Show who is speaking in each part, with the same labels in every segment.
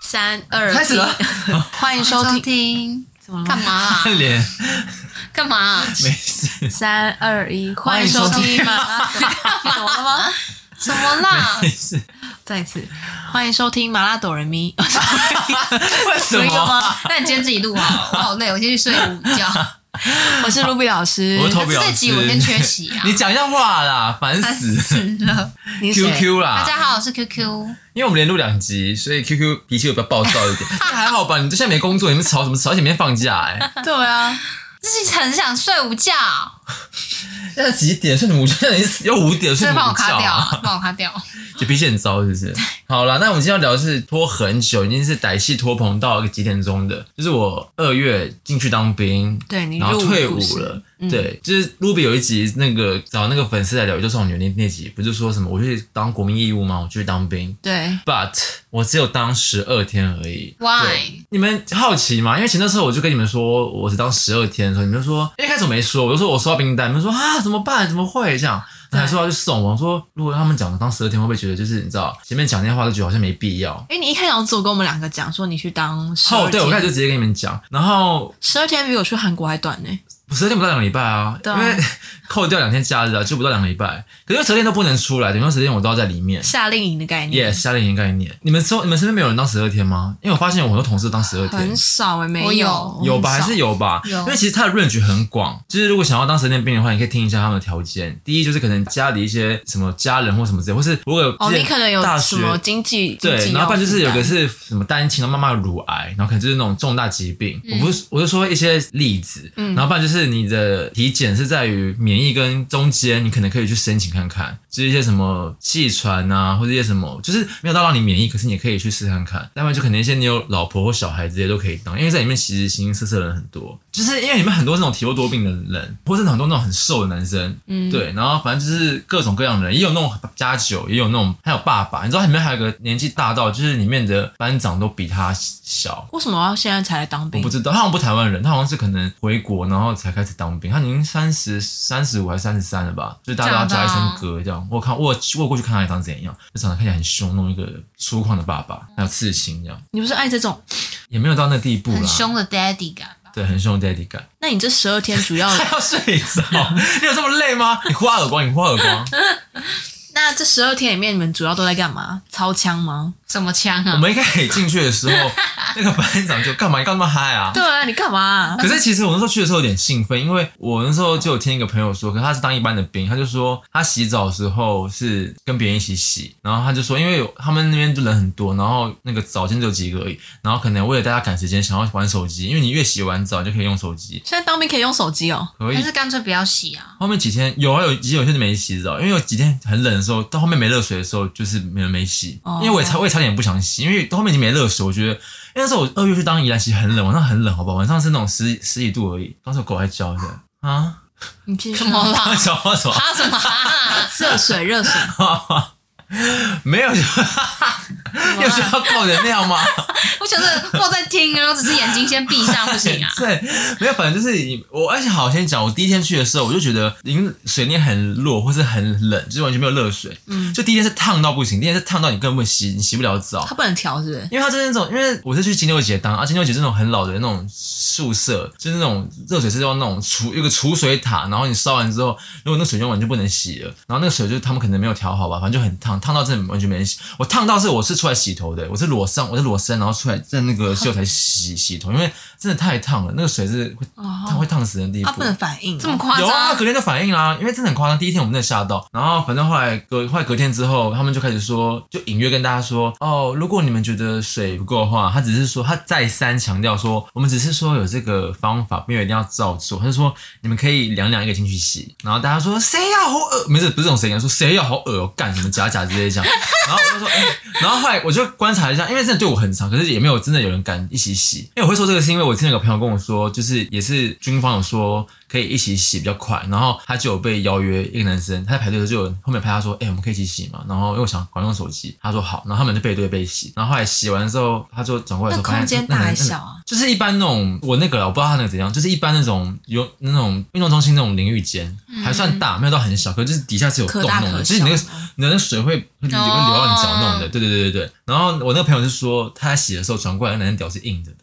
Speaker 1: 三二
Speaker 2: 开始
Speaker 1: 一
Speaker 2: 了，
Speaker 1: 欢迎收
Speaker 3: 收
Speaker 1: 听。
Speaker 3: 听
Speaker 1: 干嘛啊？
Speaker 2: 脸
Speaker 1: 干嘛啊？
Speaker 2: 没事，
Speaker 3: 三二一，
Speaker 2: 欢迎收听
Speaker 3: 马拉 朵，怎么了 吗？
Speaker 1: 什么啦
Speaker 2: 没？事，
Speaker 3: 再一次，欢迎收听麻辣朵人 咪。哎
Speaker 2: 为什
Speaker 3: 有一个
Speaker 2: 么？
Speaker 3: 吗？
Speaker 1: 那你今天自己 录啊！我好累，我先去睡午觉。
Speaker 3: 我是 Ruby 老师
Speaker 2: 我，是 Toby
Speaker 1: 这
Speaker 2: 老
Speaker 1: 集我
Speaker 2: 师，
Speaker 1: 先缺席啊
Speaker 2: 你讲一下话啦，烦
Speaker 1: 烦
Speaker 2: 死
Speaker 1: 死了！
Speaker 3: 你是谁？
Speaker 2: ！QQ
Speaker 1: 大
Speaker 2: 啦，
Speaker 1: 家好，我是 QQ。
Speaker 2: 因为我们连录两集，所以 QQ 脾气有比较暴躁 一点。但还好吧，你这现在没工作，你们吵什么吵？而且明天放假，哎，
Speaker 3: 对啊，
Speaker 1: 自己很想睡午觉，
Speaker 2: 现在几点？睡什么午觉？现在已 经要五点，睡
Speaker 1: 所
Speaker 2: 什
Speaker 1: 以帮
Speaker 2: 么
Speaker 1: 我
Speaker 2: 午觉
Speaker 1: 卡掉
Speaker 2: 啊？
Speaker 1: 啊，帮我卡掉。
Speaker 2: 就脾气很糟，是不是？好啦，那我们今天要聊的是拖很久，已经是歹戏拖棚到一个极点中的，就是我二月进去当兵，
Speaker 3: 对你
Speaker 2: 然后
Speaker 3: 入伍
Speaker 2: 退
Speaker 3: 故
Speaker 2: 伍
Speaker 3: 事嗯
Speaker 2: 了，对，就是 Ruby 有一集那个找那个粉丝来聊宇宙少女那那集，不是说什么我去当国民义务吗？我去当兵
Speaker 3: 对，
Speaker 2: ，But 我只有当十二天而已。
Speaker 1: Why？
Speaker 2: 你们好奇吗？因为前段时候我就跟你们说，我只当十二天的时候，你们就说一开始我没说，我就说我收到冰单，你们说啊怎么办？怎么会这样？
Speaker 3: 对
Speaker 2: 然后还说要去送我，我说如果他们讲的当十二天，会不会觉得就是你知道前面讲那些话都觉得好像没必要？
Speaker 3: 哎，你一开始只有跟我们两个讲说你去当十
Speaker 2: 哦
Speaker 3: 二，
Speaker 2: 对，我开
Speaker 3: 天，
Speaker 2: 始就直接跟你们讲，然后
Speaker 3: 十二天比我去韩国还短呢。
Speaker 2: 十二天不到两个礼拜啊，
Speaker 3: 对啊
Speaker 2: 因为扣掉两天假日啊， 就不到两个礼拜。可是十二天都不能出来，等于说十天我都要在里面。
Speaker 3: 夏令营的概
Speaker 2: Yes，
Speaker 3: 念
Speaker 2: 夏令营概念。你们周你们身边没有人当十二天吗？因为我发现我很多同事当十二天
Speaker 3: 很，少哎，没
Speaker 1: 我有
Speaker 2: 有吧？
Speaker 3: 很
Speaker 2: 还
Speaker 3: 少
Speaker 2: 是有吧？
Speaker 1: 有
Speaker 2: 因为其实它的 range 很广，就是如果想要当十天兵的话，你可以听一下他们的条件。第一就是可能家里一些什么家人或什么之类，或是我有
Speaker 3: 哦，
Speaker 2: 之
Speaker 3: 你
Speaker 2: 前
Speaker 3: 可能有
Speaker 2: 大
Speaker 3: 什
Speaker 2: 学
Speaker 3: 么经济
Speaker 2: 对，然后不然就是有个
Speaker 3: 是。
Speaker 2: 是什么单亲，然后妈妈有乳癌，然后可能就是那种重大疾病。我不是，我就说一些例子，然后不然就是你的体检是在于免疫跟中间，你可能可以去申请看看，就是一些什么气喘啊，或者一些什么，就是没有到让你免疫，可是你可以去试看看。要不然就可能一些你有老婆或小孩这些都可以当，因为在里面其实形形色色的人很多，就是因为里面很多那种体弱多病的人，或是很多那种很瘦的男生，
Speaker 1: 嗯
Speaker 2: 对，然后反正就是各种各样的人，也有那种家酒，也有那种还有爸爸，你知道里面还有个年纪大到，就是里面的班长都比他小。
Speaker 3: 为什么我要现在才来当
Speaker 2: 我
Speaker 3: 兵
Speaker 2: 不？知道，他好像不台湾人，他好像是可能回国然后才开始当兵，他已经三十三十五还是三十三了吧，就是大家都要加一声哥这样。我看我有我有过去看他长怎样，就长得看起来很凶，弄一个粗犷的爸爸，还有刺青这样，
Speaker 3: 你不是爱这种？
Speaker 2: 也没有到那地步
Speaker 1: 很
Speaker 2: 啦。
Speaker 1: 凶的 Daddy 感吧？
Speaker 2: 对，很凶的 daddy 感，
Speaker 3: 那你这十二天主要
Speaker 2: 还要 睡着？你有这么累吗？你呼他耳光，你呼他耳光。
Speaker 3: 那这十二天里面，你们主要都在干嘛？操枪吗？
Speaker 1: 什么枪
Speaker 2: 我
Speaker 1: 啊？
Speaker 2: 们一开始进去的时候，那个班长就干嘛？你干嘛那么嗨啊？
Speaker 3: 对啊，你干嘛啊、
Speaker 2: 可是其实我那时候去的时候有点兴奋，因为我那时候就有听一个朋友说，可是他是当一般的兵，他就说他洗澡的时候是跟别人一起洗，然后他就说，因为有他们那边就人很多，然后那个澡间只有几个而已，然后可能为了大家赶时间，想要玩手机，因为你越洗完澡你就可以用手机，
Speaker 3: 现在当兵可以用手机哦。
Speaker 2: 可以
Speaker 1: 还是干脆不要洗啊？
Speaker 2: 后面几天有啊，有几天有些人没洗澡，因为有几天很冷的时候，到后面没热水的时候，就是没人没洗。
Speaker 3: 哦
Speaker 2: 因为我也差我也差点不想洗，因为到后面已经没热水，我觉得，因为那时候我二月去当宜兰，其实很冷，晚上很冷，好不好？晚上是那种十十几度而已，当时狗还叫的啊，
Speaker 3: 你继续
Speaker 1: 什么啦？
Speaker 2: 小花什么？
Speaker 1: 啊什么 啊？
Speaker 3: 热水，热水，
Speaker 2: 没有， 有需要够能量吗？？
Speaker 1: 我觉得我在听，然后只是眼睛先闭上， 不行啊
Speaker 2: 对，没有，反正就是你我，而且好，我先讲，我第一天去的时候，我就觉得因为水面很弱，或是很冷，就是完全没有热水。嗯，就第一天是烫到不行，第一天是烫到你根本不洗，你洗不了澡
Speaker 3: 它。不能调，是不是？
Speaker 2: 因为它就是那种，因为我是去金牛姐当啊，金牛姐是那种很老的那种宿舍，就是那种热水是用那种储有个储水塔，然后你烧完之后，如果那水用完就不能洗了，然后那个水就是他们可能没有调好吧，反正就很烫，烫到真的完全没人洗。我烫到是我是出来洗头的，我是裸上我是裸身，然后出来在那个秀台洗洗头，因为真的太烫了，那个水是会它会烫死人的地步。
Speaker 3: 它啊不能反应、
Speaker 1: 这么夸
Speaker 2: 有啊，
Speaker 1: 张
Speaker 2: 隔？天就反应啦、因为真的很夸张。第一天我们真的吓到，然后反正后来隔后来隔天之后，他们就开始说，就隐约跟大家说，哦，如果你们觉得水不够的话，他只是说他再三强调说，我们只是说有这个方法，没有一定要照做。他就说你们可以两两一个进去洗，然后大家说谁呀、好恶，没事，不是这种谁呀，说谁呀、好恶、哦，干什么假假之类这样。然后我就说，哎、然后后来我就观察一下，因为真的对我很长，可是也没有真的有人敢一起洗。因为我会说这个是因为我听那个朋友跟我说，就是也是军方有说可以一起洗比较快，然后他就有被邀约一个男生，他在排队的时候就有人后面拍他说，哎、我们可以一起洗嘛。然后因为我想赶快用手机，他说好，然后他们就背对背洗。然后后来洗完之后，他就转过来
Speaker 3: 那
Speaker 2: 说，发现
Speaker 3: 空间大
Speaker 2: 那男
Speaker 3: 还
Speaker 2: 那
Speaker 3: 小啊？
Speaker 2: 就是一般那种我那个啦，我不知道他那个怎样，就是一般那种有那种运动中心那种淋浴间、还算大，没有到很小，可是就是底下是有
Speaker 3: 可
Speaker 2: 洞
Speaker 3: 大
Speaker 2: 弄的，
Speaker 3: 可
Speaker 2: 就是哦你那个
Speaker 3: 小吗
Speaker 2: 你的那水会会流会流到你脚弄的，
Speaker 1: 哦
Speaker 2: 对对对对对。然后我那个朋友就说他在洗的时候转过来，那男生屌是硬着的。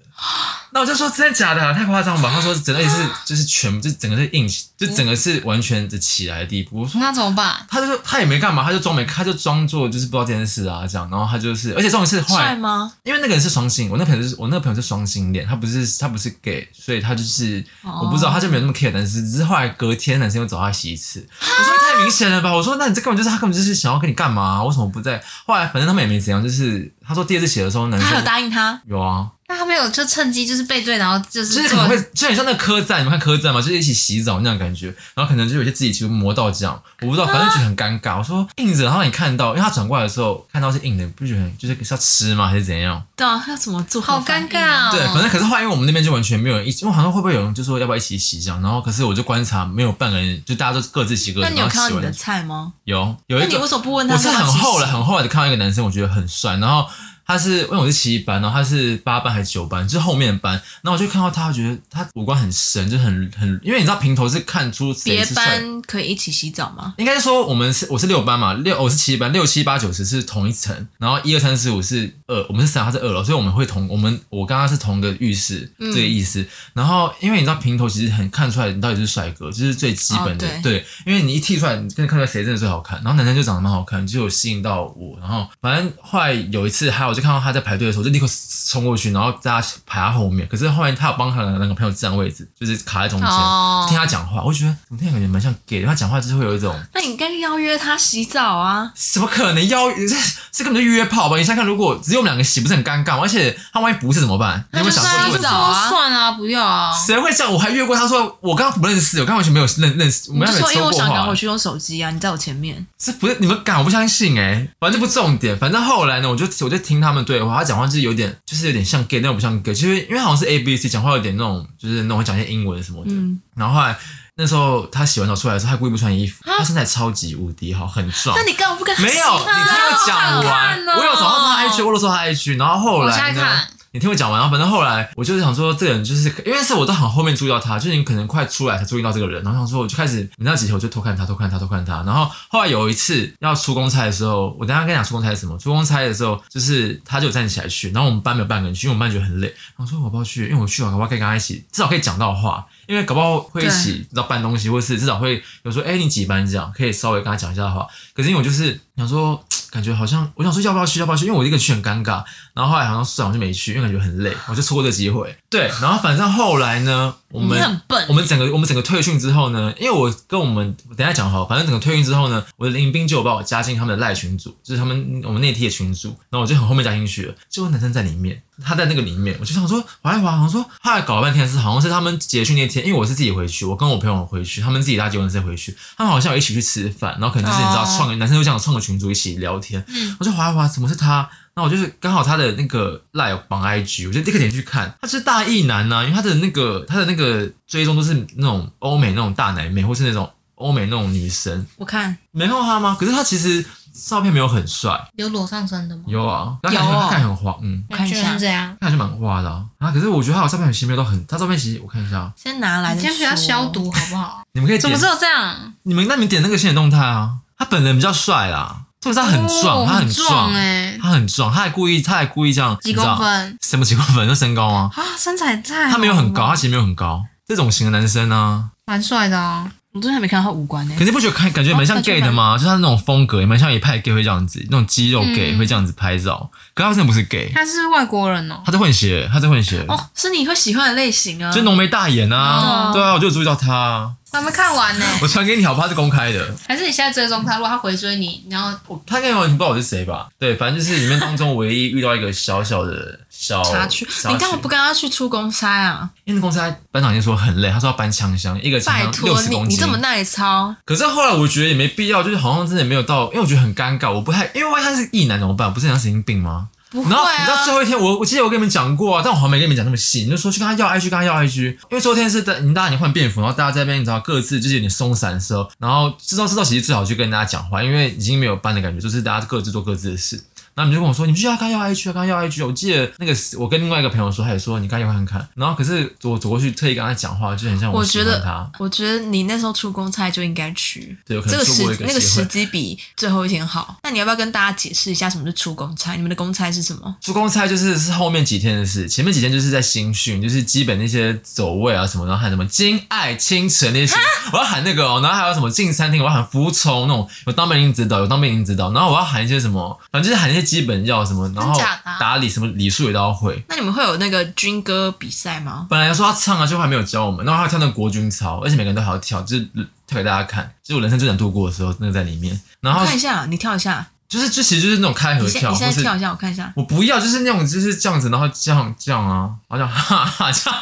Speaker 2: 那我就说真的假的啊、太夸张了吧？他说整个也是就是全就整个是硬起，就整个是完全的起来的地步。我说
Speaker 1: 那怎么办？
Speaker 2: 他就说他也没干嘛，他就装没，他就装作就是不知道这件事啊，这样，然后他就是，而且这种是
Speaker 3: 帅
Speaker 2: 坏，
Speaker 3: 吗？
Speaker 2: 因为那个人是双性，我那朋友是我那个朋友是双性恋，他不是他不是 gay，所以他就是、我不知道，他就没有那么 care 男生，只是后来隔天男生又找他洗一次，我说太明显了吧，我说那你这根本就是他根本就是想要跟你干嘛、为什么不在？后来反正他们也没怎样，就是他说第二次洗的时候，男
Speaker 3: 他有
Speaker 2: 生
Speaker 3: 答应他？
Speaker 2: 有啊，
Speaker 1: 那他们有就趁机就是背对，然后就
Speaker 2: 就是是可能
Speaker 1: 做
Speaker 2: 会，就很像那个客栈，你们看客栈嘛，就是一起洗澡那样的感觉，然后可能就有些自己其实磨到这样，我不知道，反正觉得很尴尬。我说硬着，然后你看到，因为他转过来的时候看到是硬的，不觉得很就是是要吃吗还是怎样？
Speaker 3: 对啊，要怎么做？
Speaker 1: 好尴尬哦。
Speaker 2: 对，
Speaker 3: 嗯
Speaker 2: 反正可是后来因为我们那边就完全没有人一起，因为好像会不会有人就说要不要一起洗这样，然后可是我就观察没有半个人，就大家都各自洗各
Speaker 3: 那
Speaker 2: 自，
Speaker 3: 你
Speaker 2: 然
Speaker 3: 有
Speaker 2: 后
Speaker 3: 看到
Speaker 2: 洗
Speaker 3: 你
Speaker 2: 完
Speaker 3: 的菜吗？
Speaker 2: 有有
Speaker 3: 那
Speaker 2: 一
Speaker 3: 你
Speaker 2: 个
Speaker 3: 为什么不问他？
Speaker 2: 我是很后来
Speaker 3: 了，
Speaker 2: 很后来的看到一个男生，我觉得很帅，然后他是因为我是七班，然后他是八班还是九班，就是后面的班，然后我就看到他，我觉得他五官很深，就很很，因为你知道平头是看出谁
Speaker 3: 别
Speaker 2: 是帅。
Speaker 3: 班可以一起洗澡吗？
Speaker 2: 应该是说我们是我是六班嘛，六我是七班，六七八九十是同一层，然后一二三四五是二，我们是三，他是二楼，所以我们会同我们我刚刚是同个浴室、这个意思。然后因为你知道平头其实很看出来你到底是帅哥，这、是最基本的、
Speaker 3: 哦
Speaker 2: 对，因为你一剃出来，你真的看出来谁真的最好看。然后男生就长得蛮好看，就有吸引到我。然后反正后来有一次，还有我就看到他在排队的时候，就立刻冲过去，然后大家排他后面。可是后来他有帮他的那个朋友占位置，就是卡在中间、
Speaker 1: 哦
Speaker 2: 听他讲话，我就觉得怎么听起来感觉蛮像 gay，的他讲话就是会有一种。
Speaker 3: 那你应该邀约他洗澡啊。
Speaker 2: 怎么可能邀？这这根本就约炮吧！你想想看，如果只有我们两个洗，不是很尴尬吗？而且他万一不是怎么办？你有没有想过
Speaker 1: 那
Speaker 2: 这
Speaker 1: 就
Speaker 2: 个
Speaker 1: 是啊
Speaker 2: 问题
Speaker 1: 就？说算了、不要啊。
Speaker 2: 谁会这样？我还约过他说，哎我刚刚不认识，我刚刚完全没有认认识，我
Speaker 3: 你
Speaker 2: 们
Speaker 3: 就
Speaker 2: 还没
Speaker 3: 说，因为
Speaker 2: 说
Speaker 3: 我
Speaker 2: 过
Speaker 3: 想赶
Speaker 2: 话
Speaker 3: 回。去用手机啊，你在我前面。
Speaker 2: 这不是你们敢？我不相信哎、反正不重点。反正后来呢，我就我就听他们对话，他讲话就是有点，就是有点像 gay，但又不像 gay，就是因为好
Speaker 1: 嗯
Speaker 2: 像是 A B C 讲话有点那种，就是那种会讲一些英文什么的。
Speaker 3: 嗯，
Speaker 2: 然后后来那时候他洗完澡出来的时候，他故意不穿衣服，
Speaker 1: 啊
Speaker 2: 他身材超级无敌好，很壮。
Speaker 3: 那你干嘛不跟他
Speaker 2: 没
Speaker 3: 洗
Speaker 2: 有，
Speaker 3: 澡？
Speaker 2: 你听我讲
Speaker 1: 啊好
Speaker 2: 完
Speaker 1: 看，哦
Speaker 2: 我有找到他 IG，我有说他 IG，然后后
Speaker 1: 我
Speaker 2: 来
Speaker 1: 现在
Speaker 2: 呢
Speaker 1: 看？
Speaker 2: 你听我讲完，然后反正后来我就是想说，这个人就是因为是我到很后面注意到他，就是你可能快出来才注意到这个人，然后想说我就开始，你知道几天我就偷看他，偷看他，偷看他，然后后来有一次要出公差的时候，我等一下跟你讲出公差是什么，出公差的时候就是他就站起来去，然后我们班没有半个人去，因为我们班觉得很累，然后说我不要去，因为我去了，搞不好可以跟他一起，至少可以讲到话，因为搞不好会一起要搬东西，或是至少会有说，哎、你几班这样，可以稍微跟他讲一下话。可是因为我就是想说，感觉好像我想说要不要去，要不要去，因为我一个人去很尴尬。然后后来好像算了，我就没去，因为感觉很累，我就错过这个机会。对，然后反正后来呢，我
Speaker 3: 你
Speaker 2: 们
Speaker 3: 很笨
Speaker 2: 我。们整个我们整个退训之后呢，因为我跟我们我等一下讲好，反正整个退训之后呢，我的林兵就有把我加进他们的赖群组，就是他们我们内地的群组，然后我就很后面加进去了，结果男生在里面，他在那个里面，我就想说滑一滑，好像说后来搞了半天是好像是他们结训那天，因为我是自己回去，我跟我朋友回去，他们自己搭结婚车回去，他们好像有一起去吃饭，然后可能就是你知道
Speaker 3: 哦
Speaker 2: 创个、男生就这样创个群组一起聊天，我就滑一滑，怎么是他？那我就是刚好他的那个 live 有绑 IG，我就立刻点去看，他就是大意男呐、啊因为他的那个他的那个追踪都是那种欧美那种大奶妹，或是那种欧美那种女生，
Speaker 3: 我看
Speaker 2: 没看过他吗？可是他其实照片没有很帅，
Speaker 1: 有裸上身的吗？
Speaker 2: 有啊，他看
Speaker 3: 有哦
Speaker 2: 他看起来很花，嗯，
Speaker 3: 我看一
Speaker 1: 居
Speaker 3: 下
Speaker 1: 然这样，
Speaker 2: 看起来蛮花的啊啊可是我觉得他的照片其实没有到很，他照片其实我看一下啊，
Speaker 3: 先拿来
Speaker 1: 你
Speaker 3: 的。
Speaker 1: 先学他消。毒好不 好？
Speaker 2: 你们可以
Speaker 1: 怎么
Speaker 2: 点
Speaker 1: 只，有这样？
Speaker 2: 你们那你们点那个现实动态啊，他本人比较帅啦，就是他很壮，
Speaker 1: 哦
Speaker 2: 他
Speaker 1: 很
Speaker 2: 壮，
Speaker 1: 哎，
Speaker 2: 他很壮，他还故意他还故意这样，
Speaker 1: 几
Speaker 2: 你知
Speaker 1: 公
Speaker 2: 道
Speaker 1: 分
Speaker 2: 什么几公分？就身高吗？
Speaker 1: 啊？身材
Speaker 3: 哎
Speaker 1: 太
Speaker 2: 他没有很高，
Speaker 1: 好了
Speaker 2: 他其实没有很高。这种型的男生呢、
Speaker 1: 蛮帅的啊。
Speaker 3: 我真的还没看到他五官呢
Speaker 2: 可是。你不觉得看感觉蛮像
Speaker 3: 哎哦那就
Speaker 2: gay 的吗？就是他那种风格也蛮像一派 gay 会这样子，那种肌肉 gay
Speaker 1: 嗯
Speaker 2: 会这样子拍照。可他真的不是 gay，
Speaker 1: 他是外国人哦，
Speaker 2: 他是混血，他是混血，
Speaker 3: 哦，是你会喜欢的类型啊。
Speaker 2: 就浓眉大眼啊。
Speaker 1: 哦
Speaker 2: 对啊，我就有注意到他啊。
Speaker 1: 我还没看完呢。
Speaker 2: 我传给你好，怕是公开的。
Speaker 1: 还是你现在追踪他，如果他回追你，然后
Speaker 2: 我他应该完全不知道我是谁吧？对，反正就是里面当中唯一遇到一个小小的哦小
Speaker 3: 插曲，你干嘛不？
Speaker 2: 小
Speaker 3: 跟他去出公差啊？
Speaker 2: 因为那公司他班长已经说很累，他说要搬枪箱，一个枪
Speaker 3: 拜
Speaker 2: 箱六
Speaker 3: 托
Speaker 2: 十
Speaker 3: 你，
Speaker 2: 公斤。
Speaker 3: 你这么耐操，
Speaker 2: 可是后来我觉得也没必要，就是好像真的没有到，因为我觉得很尴尬，我不太，因为万一他是异男怎么办？不是很像神经病吗？
Speaker 3: 不
Speaker 2: 然后
Speaker 3: 会
Speaker 2: 你知道
Speaker 3: 啊
Speaker 2: 最。后一天，我我记得我跟你们讲过啊，但我好像没跟你们讲那么细。你就说去跟他要 IG，跟他要 IG，因为昨天是在你大家你换便服，然后大家在那边你知道各自就是有点松散的时候，然后知道知道其实最好去跟大家讲话，因为已经没有班的感觉，就是大家各自做各自的事。然后你们就跟我说，你们去要看要 IG 啊，看要 IG 啊。我记得那个我跟另外一个朋友说，他也说你看要看看。然后可是我走过去特意跟他讲话，就很像
Speaker 3: 我
Speaker 2: 喜
Speaker 3: 觉
Speaker 2: 欢
Speaker 3: 得
Speaker 2: 他。，
Speaker 3: 我觉得你那时候出公差就应该去，
Speaker 2: 对有可能
Speaker 3: 这个
Speaker 2: 错
Speaker 3: 时
Speaker 2: 过一个
Speaker 3: 那个
Speaker 2: 机会
Speaker 3: 时机比最后一天好。那你要不要跟大家解释一下什么是出公差？你们的公差是什么？
Speaker 2: 出公差就是是后面几天的事，前面几天就是在新训，就是基本那些走位啊什么，然后喊什么“金爱清晨”那些，我要喊那个、哦，然后还有什么进餐厅，我要喊服从那种，有当兵营指导，有当兵营指导，然后我要喊一些什么，反正就是喊一些基本要什么，然后
Speaker 3: 真假的啊
Speaker 2: 打理什么礼数也都要会。
Speaker 3: 那你们会有那个军歌比赛吗？
Speaker 2: 本来说要唱啊，就还没有教我们，然后还要跳那个国军操，而且每个人都还要跳，就是跳给大家看，就是我人生最想度过的时候，那个在里面。然后
Speaker 3: 看一下，你跳一下，
Speaker 2: 就是就其实就是那种开合
Speaker 3: 你现
Speaker 2: 跳，
Speaker 3: 你现
Speaker 2: 或
Speaker 3: 在
Speaker 2: 是
Speaker 3: 跳一下，我看一下。
Speaker 2: 我不要，就是那种就是这样子，然后这样这样啊，好像哈哈这样。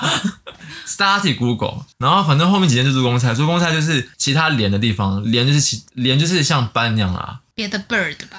Speaker 2: Starty Google，然后反正后面几天就做公差，做公差就是其他连的地方，连就是其连就是像班那样啊。
Speaker 1: 别的 bird 吧，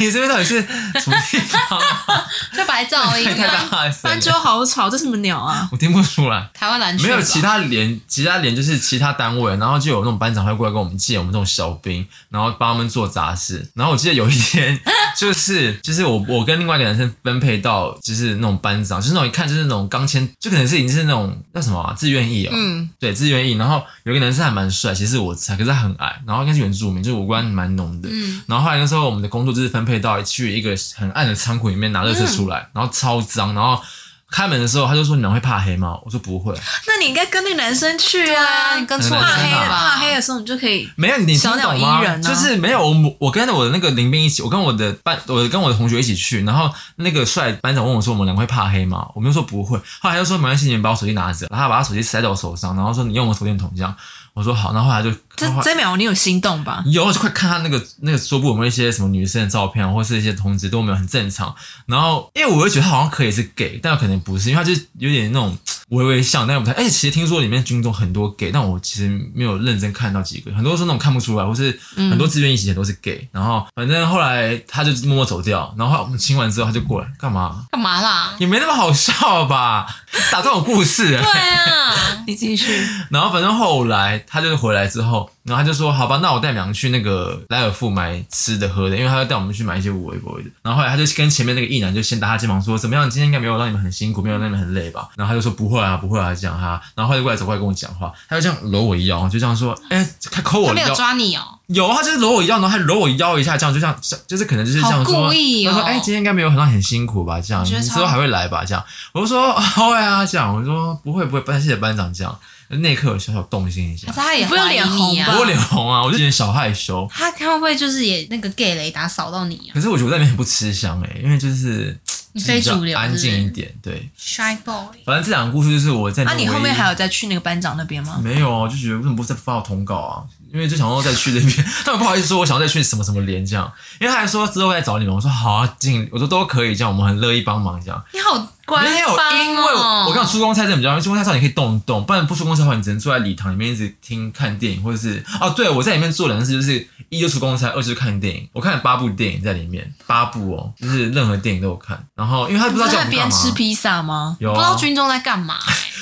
Speaker 2: 你这边到底是什么地方、啊？
Speaker 1: 就白 噪
Speaker 2: 太
Speaker 1: 音啊，
Speaker 2: 大声
Speaker 3: 斑鸠
Speaker 2: 了，
Speaker 3: 好吵，这什么鸟啊？
Speaker 2: 我听不出来。
Speaker 1: 台湾 蓝雀
Speaker 2: 没
Speaker 1: 吧
Speaker 2: 有其他连，其他连就是其他单位，然后就有那种班长会过来跟我们借我们这种小兵，然后帮他们做杂事。然后我记得有一天，就是就是我我跟另外一个男生分配到就是那种班长，就是那种一看就是那种刚签，就可能是已经是那种叫什么啊、自愿役哦，
Speaker 3: 嗯，
Speaker 2: 对，自愿役。然后有一个男生还蛮帅，其实我猜，可是他很矮，然后应该是原住民，就是五官蛮浓的。
Speaker 1: 嗯，
Speaker 2: 然后后来那时候我们的工作就是分配到去一个很暗的仓库里面拿垃圾出来，然后超脏，然后开门的时候他就说你们会怕黑吗？我说不会。
Speaker 3: 那你应该跟那个男生去
Speaker 1: 对啊，
Speaker 3: 啊
Speaker 1: 你。跟错人
Speaker 3: 怕黑
Speaker 1: 了
Speaker 3: 的怕
Speaker 1: 吧？
Speaker 3: 黑的时候，你就可以。
Speaker 2: 没有，你听
Speaker 3: 小鸟
Speaker 2: 懂吗？
Speaker 3: 依人啊
Speaker 2: 就是没有我，我跟着我的那个林兵一起，我跟我的班，我跟我的同学一起去，然后那个帅班长问我说：“我们两个会怕黑吗？”我们就说不会，后来他就说：“没关系，你们把我手机拿着。”然后他把他手机塞在我手上，然后说：“你用我手电筒这样。”我说好，然嗯后后来就
Speaker 3: 这
Speaker 2: 后来
Speaker 3: 这秒你有心动吧？
Speaker 2: 有，我就快看他那个那个桌布有没有一些什么女生的照片啊，或是一些通知都没有，很正常。然后因为我会觉得他好像可以是 gay，但可能不是，因为他就是有点那种微微像，但我不太。而且其实听说里面军中很多 gay，但我其实没有认真看到几个，很多是那种看不出来，或是很多志愿役其实都是 gay、然后反正后来他就默默走掉，然后后来我们亲完之后他就过来干嘛？
Speaker 1: 干嘛啦？
Speaker 2: 也没那么好笑吧？打断我故事、
Speaker 1: 对 啊，
Speaker 3: 你继续。
Speaker 2: 然后反正后来他就是回来之后，然后他就说：“好吧，那我带你们去那个莱尔富买吃的喝的，因为他要带我们去买一些五味博的。”然后后来他就跟前面那个异男就先搭他肩膀说：“怎么样？今天应该没有让你们很辛苦，没有让你们很累吧？”然后他就说：“不会啊，不会啊。”这样哈，然后他就过来走过来跟我讲话，他就这样搂我一腰，就这样说：“哎、他抠我
Speaker 1: 他
Speaker 2: 的
Speaker 1: 没
Speaker 2: 腰
Speaker 1: 有，抓你 哦，
Speaker 2: 有他就是搂我一腰，然后还搂我腰一下，这样就像就是可能就是这
Speaker 1: 好
Speaker 2: 样说，
Speaker 1: 故意哦
Speaker 2: 他说：“哎、今天应该没有很很辛苦吧？这样
Speaker 1: 我
Speaker 2: 你
Speaker 1: 觉得
Speaker 2: 之
Speaker 1: 超
Speaker 2: 后还会来吧？”这样我就说：“会啊。”这样我说：“不会不会，班谢谢班长。”这样那一刻有小小动心一 下
Speaker 1: 可，是他也
Speaker 3: 你不用
Speaker 1: 怀疑
Speaker 3: 脸红
Speaker 1: 你啊
Speaker 3: 吧
Speaker 2: 我脸红啊，我就有点小害羞。
Speaker 1: 他他会不会就是也那个 gay 雷达扫到你啊
Speaker 2: 可是我觉得我在那边很不吃香哎、因为就是
Speaker 1: 你非主流
Speaker 2: 就是比较安静一点。对，
Speaker 1: ？Shy boy，
Speaker 2: 反正这两个故事就是我在
Speaker 3: 啊那、你后面还
Speaker 2: 有
Speaker 3: 有再去那个班长那边吗？
Speaker 2: 没有啊？就觉得为什么不再发我通告啊？因为就想要再去那边， 但我不好意思说我想要再去什么什么连这样，因为他还说之后再找你们，我说好啊，尽我说都可以这样，我们很乐意帮忙这样。
Speaker 1: 你好官
Speaker 2: 没有，
Speaker 1: 方哦！
Speaker 2: 因为我我刚出公差真的比较，因为出公差少你可以动一动，不然不出公差的话，你只能坐在礼堂里面一直听看电影，或者是哦，对我在里面做两件事，就是一就出公差，二就是看电影。我看了八部电影在里面，八部哦，就是任何电影都有看。然后因为他不知道
Speaker 3: 你
Speaker 2: 叫我
Speaker 3: 在
Speaker 2: 们干
Speaker 3: 边
Speaker 2: 嘛，
Speaker 3: 吃披萨吗？
Speaker 2: 有
Speaker 1: 不知道
Speaker 2: 啊，
Speaker 1: 军中在干嘛。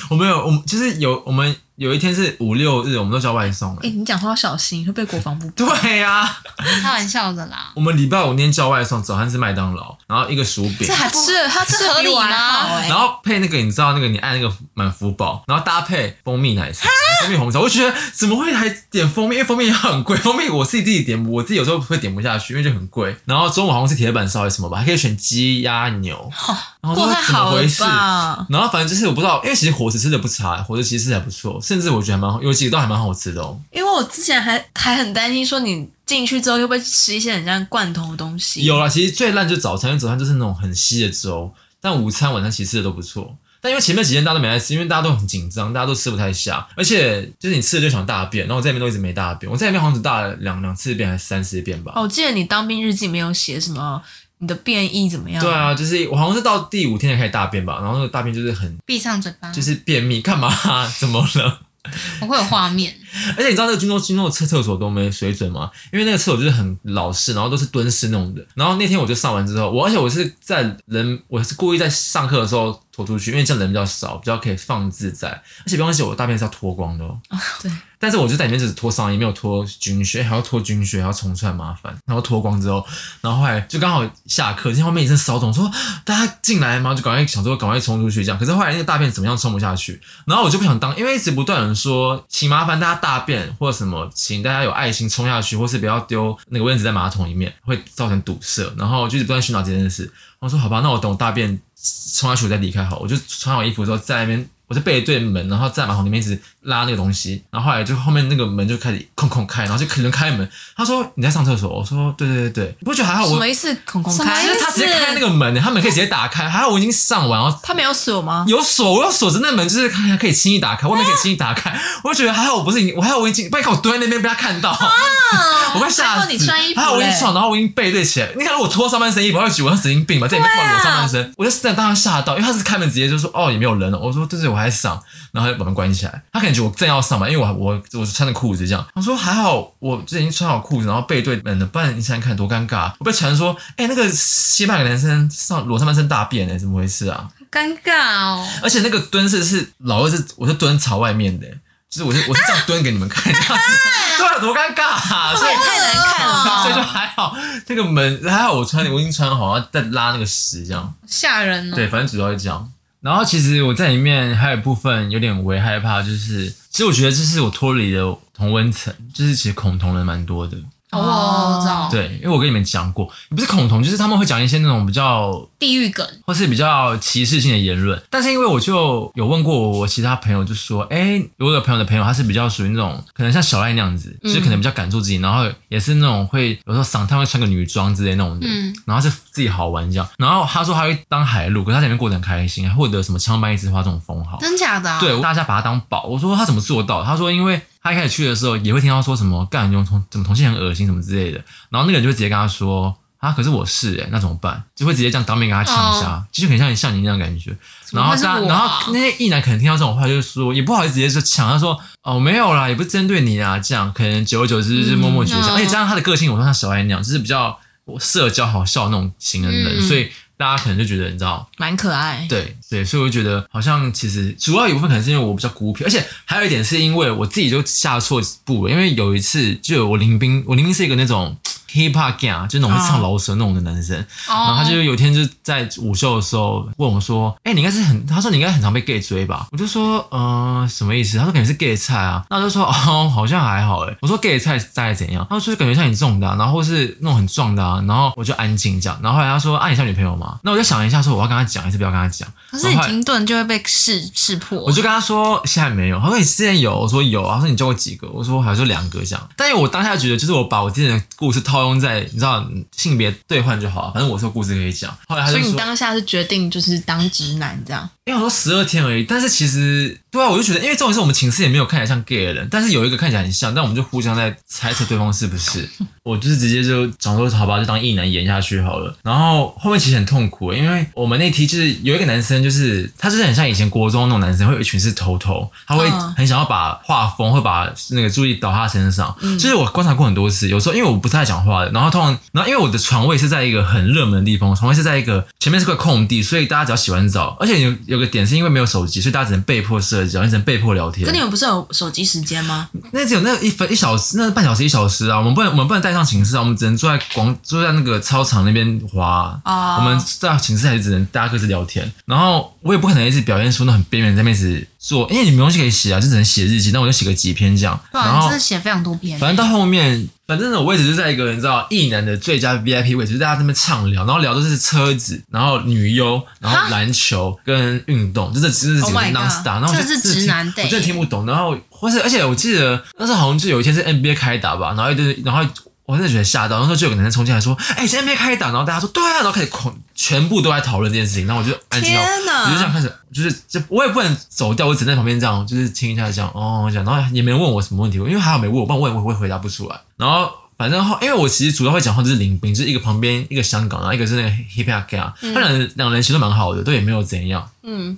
Speaker 2: 我们有我们就是有我们有一天是五六日，我们都叫外送了。
Speaker 3: 哎、你讲话要小心，会被国防 部。
Speaker 2: 对呀、
Speaker 1: 开玩笑的啦，
Speaker 2: 我们礼拜五那天叫外送，早餐是麦当劳，然后一个薯饼
Speaker 3: 这，还不是他吃得比我还好哎、
Speaker 2: 然后配那个，你知道那个你按那个满福宝，然后搭配蜂蜜奶
Speaker 3: 啊
Speaker 2: 茶、蜂蜜红茶，我就觉得怎么会还点蜂蜜？因为蜂蜜也很贵，蜂蜜我自己自己点，我自己有时候会点不下去，因为就很贵。然后中午好像是铁板烧还是什么吧，还可以选鸡、鸭、牛，然后
Speaker 3: 过
Speaker 2: 说
Speaker 3: 太
Speaker 2: 怎 么
Speaker 3: 好了
Speaker 2: 回事？
Speaker 3: 吧？
Speaker 2: 然后反正就是我不知道，因为其实伙食吃的不差，伙食其实吃的还不错，甚至我觉得还蛮好，有几个都还蛮好吃的哦。
Speaker 3: 因为我之前还还很担心说你进去之后会不会吃一些很像罐头的东西。
Speaker 2: 有啦，其实最烂就是早餐，因为早餐就是那种很稀的粥，但午餐、晚餐其实吃的都不错。但因为前面几天大家都没来吃，因为大家都很紧张，大家都吃不太下，而且就是你吃了就想大便，然后我在里面都一直没大便，我在里面好像只大了两两次便还是三次便吧。
Speaker 3: 哦，我记得你当兵日记没有写什么你的变异怎么样？
Speaker 2: 对，啊，就是我好像是到第五天才开始大便吧，然后那个大便就是很
Speaker 1: 闭上嘴巴，
Speaker 2: 啊 就是便秘，干嘛、怎么了？
Speaker 1: 我会有画面。
Speaker 2: 而且你知道那个军中军中的厕厕所多没水准吗？因为那个厕所就是很老式，然后都是蹲式那种的。然后那天我就上完之后，我而且我是在人，我是故意在上课的时候拖出去，因为这样人比较少，比较可以放自在。而且别忘记我大便是要脱光的哦。
Speaker 3: 对。
Speaker 2: 但是我就在里面只脱上衣，没有脱军靴，还要脱军靴，还要重穿，麻烦。然后脱光之后，然后后来就刚好下课，听到后面一阵骚动，说大家进来吗？就赶快想说赶快冲出去这样。可是后来那个大便怎么样冲不下去，然后我就不想当，因为一直不断有人说，请麻烦大家大便或者什么，请大家有爱心冲下去，或是不要丢那个卫生纸在马桶里面，会造成堵塞。然后就一直不断寻找这件事。我说好吧，那我等我大便冲下去我再离开好了。我就穿好衣服之后在那边，我就背对门，然后在马桶里面一直拉那个东西。然后后来就后面那个门就开始空空开，然后就可能开门。他说你在上厕所，我说对对对对，你不觉得还好
Speaker 3: 什
Speaker 2: 我
Speaker 3: 么。意思？孔孔
Speaker 1: 什么
Speaker 3: 开
Speaker 1: 意
Speaker 2: 就
Speaker 1: 思
Speaker 2: 是他直接开那个门，他门可以直接打开，还好我已经上完，然后
Speaker 3: 他没有锁吗？
Speaker 2: 有锁，我有锁着那门，就是看可以轻易打开，外面可以轻易打开。
Speaker 3: 啊
Speaker 2: 我就觉得还好，我不是已经，我还好我已经，不然看我蹲在那边被他看到，我快吓
Speaker 3: 还好
Speaker 2: 死。
Speaker 3: 啊你穿衣服欸
Speaker 2: 还好我已经
Speaker 3: 嘞
Speaker 2: 穿，然后我已经背对起来。你看我脱上半身衣服，我要举，我像神经病吧，在里面
Speaker 3: 啊
Speaker 2: 放裸上半身，我就真的当时吓到，因为他是开门直接就说哦也没有人了，我说对对，我还上，然后他就把门关起来。他感觉我正要上嘛，因为我我我是穿着裤子这样，他说还好我之前已经穿好裤子，然后背对门了，不然你想想看多尴尬。我被传说，哎、那个西班牙男生上裸上半身大便哎、怎么回事啊？
Speaker 1: 尴尬哦。
Speaker 2: 而且那个蹲是是老二是我是蹲朝外面的，就是我是我是这样蹲给你们看，对啊，多尴尬啊！所以
Speaker 3: 也太难看了吧
Speaker 2: 所以就还好，那个门还好我穿我已经穿好，然后再拉那个屎这样。
Speaker 1: 吓人哦。
Speaker 2: 对，反正主要是这样。然后其实我在里面还有一部分有点为害怕，就是其实我觉得就是我脱离了同温层，就是其实恐同人蛮多的。
Speaker 1: 哦，我知道，
Speaker 2: 对，因为我跟你们讲过，不是恐同，就是他们会讲一些那种比较
Speaker 1: 地狱梗，
Speaker 2: 或是比较歧视性的言论。但是因为我就有问过我其他朋友，就说，哎、我有朋友的朋友，他是比较属于那种可能像小赖那样子，就是可能比较敢做自己，然后也是那种会有时候赏他会穿个女装之类那种的，
Speaker 1: 嗯
Speaker 2: 然后是自己好玩这样。然后他说他会当海陆，可是他在里面过得很开心，还获得什么枪班一枝花这种封号。
Speaker 1: 真假的啊？
Speaker 2: 对，大家把他当宝。我说他怎么做到的？他说因为他一开始去的时候也会听到说什么干有同怎么同性很恶心什么之类的，然后那个人就会直接跟他说啊，可是我是哎、那怎么办？就会直接这样当面给他呛下，就很像你像你那样的感觉。
Speaker 1: 哦么
Speaker 2: 然后
Speaker 1: 会是
Speaker 2: 他，
Speaker 1: 我
Speaker 2: 然
Speaker 1: 啊
Speaker 2: 后那些异男可能听到这种话，就说也不好意思直接就抢，他说哦没有啦，也不是针对你啊，这样可能久而久之就是默默取笑，
Speaker 1: 嗯
Speaker 2: 而且加上他的个性，我说他小爱那样，就是比较社交好笑的那种型的人，
Speaker 1: 嗯
Speaker 2: 所以大家可能就觉得你知道。
Speaker 3: 蛮可爱。
Speaker 2: 对对，所以我就觉得好像其实主要有一部分可能是因为我比较孤僻，而且还有一点是因为我自己就下错步了，因为有一次就有我林斌，我林斌是一个那种 hip hop gang，就那种会唱饶舌那种的男生，然后
Speaker 1: 哦，
Speaker 2: 他就有一天就在午休的时候问我说：“哎、你应该是很……他说你应该很常被 gay 追吧？”我就说：“呃，什么意思？”他说：“可能是 gay 菜啊。”那我就说：“哦，好像还好。”哎，我说：“gay 菜大概怎样？”他说：“就感觉像你这种的啊、然后或是那种很壮的啊。”然后我就安静这样。然后后来他说：“啊，你像女朋友吗？”那我就想一下，说我要跟他讲还是不要跟他讲。
Speaker 1: 可是你停顿就会被识识破。
Speaker 2: 我就跟他说现在没有，他说你之前有，我说有，啊他说你教过几个，我说好像就两个这样。但是我当下觉得，就是我把我之前的故事套用在你知道性别兑换就好啊了，反正我说故事可以讲。后来他就
Speaker 3: 所
Speaker 2: 说，
Speaker 3: 以你当下是决定就是当直男这样，
Speaker 2: 因为我说十二天而已，但是其实对啊，我就觉得，因为这种是我们寝室也没有看起来像 gay 的人，但是有一个看起来很像，但我们就互相在猜测对方是不是。我就是直接就讲说，好吧，就当异男演下去好了。然后后面其实很痛苦，因为我们那题就是有一个男生，就是他就是很像以前国中那种男生，会有一群是头头，他会
Speaker 3: 嗯
Speaker 2: 很想要把画风会把那个注意导他身上。就是我观察过很多次，有时候因为我不太讲话的，然后通常，然后因为我的床位是在一个很热门的地方，床位是在一个前面是块空地，所以大家只要洗完澡，而且有有个点是因为没有手机，所以大家只能被迫社交，你只能被迫聊天
Speaker 3: 可。你们不是有手机时间吗？
Speaker 2: 那只有那一分一小时，那半小时一小时啊，我们不能我们不能带上寝室啊，我们只能坐在广坐在那个操场那边滑啊
Speaker 3: 哦
Speaker 2: 我们在寝室还是只能大家各自聊天，然后我也不可能一直表现出那很边缘在那边一直做，因为你没东西可以写啊，就只能写日记，那我就写个几篇这样，
Speaker 1: 哇，
Speaker 2: 然
Speaker 1: 啊你
Speaker 2: 后
Speaker 1: 真的写非常多篇，
Speaker 2: 反正到后面，反正呢，我位置就在一个你知道异男的最佳 VIP 位置，就大家在那边畅聊，然后聊的是车子，然后女优，然后篮球跟运动，就这这几
Speaker 3: Oh
Speaker 2: 个
Speaker 3: my
Speaker 2: non
Speaker 3: god，
Speaker 2: star，然后我就
Speaker 1: 这是
Speaker 2: 真
Speaker 1: 直
Speaker 2: 的听
Speaker 1: 男的
Speaker 2: 我真的听不懂。然后或是而且我记得那时候好像就有一天是 NBA 开打吧，然后一堆然后。我真的觉得吓到，然后就有个男生冲进来说：“哎、今天 NBA 开打。”然后大家说：“对啊。”然后开始狂，全部都在讨论这件事情。然后我就安静到
Speaker 3: 天哪
Speaker 2: 我就这样开始，就是这我也不能走掉，我只能在旁边这样，就是听一下这样哦这样，然后也没人问我什么问题，因为还好没问我，不然我也我也会回答不出来。然后反正后，因为我其实主要会讲话就是林斌，就是一个啊旁啊边一个香港，然后一个是那个 hip hop guy，他两人两人其实都蛮好的，都也没有怎样。
Speaker 3: 嗯，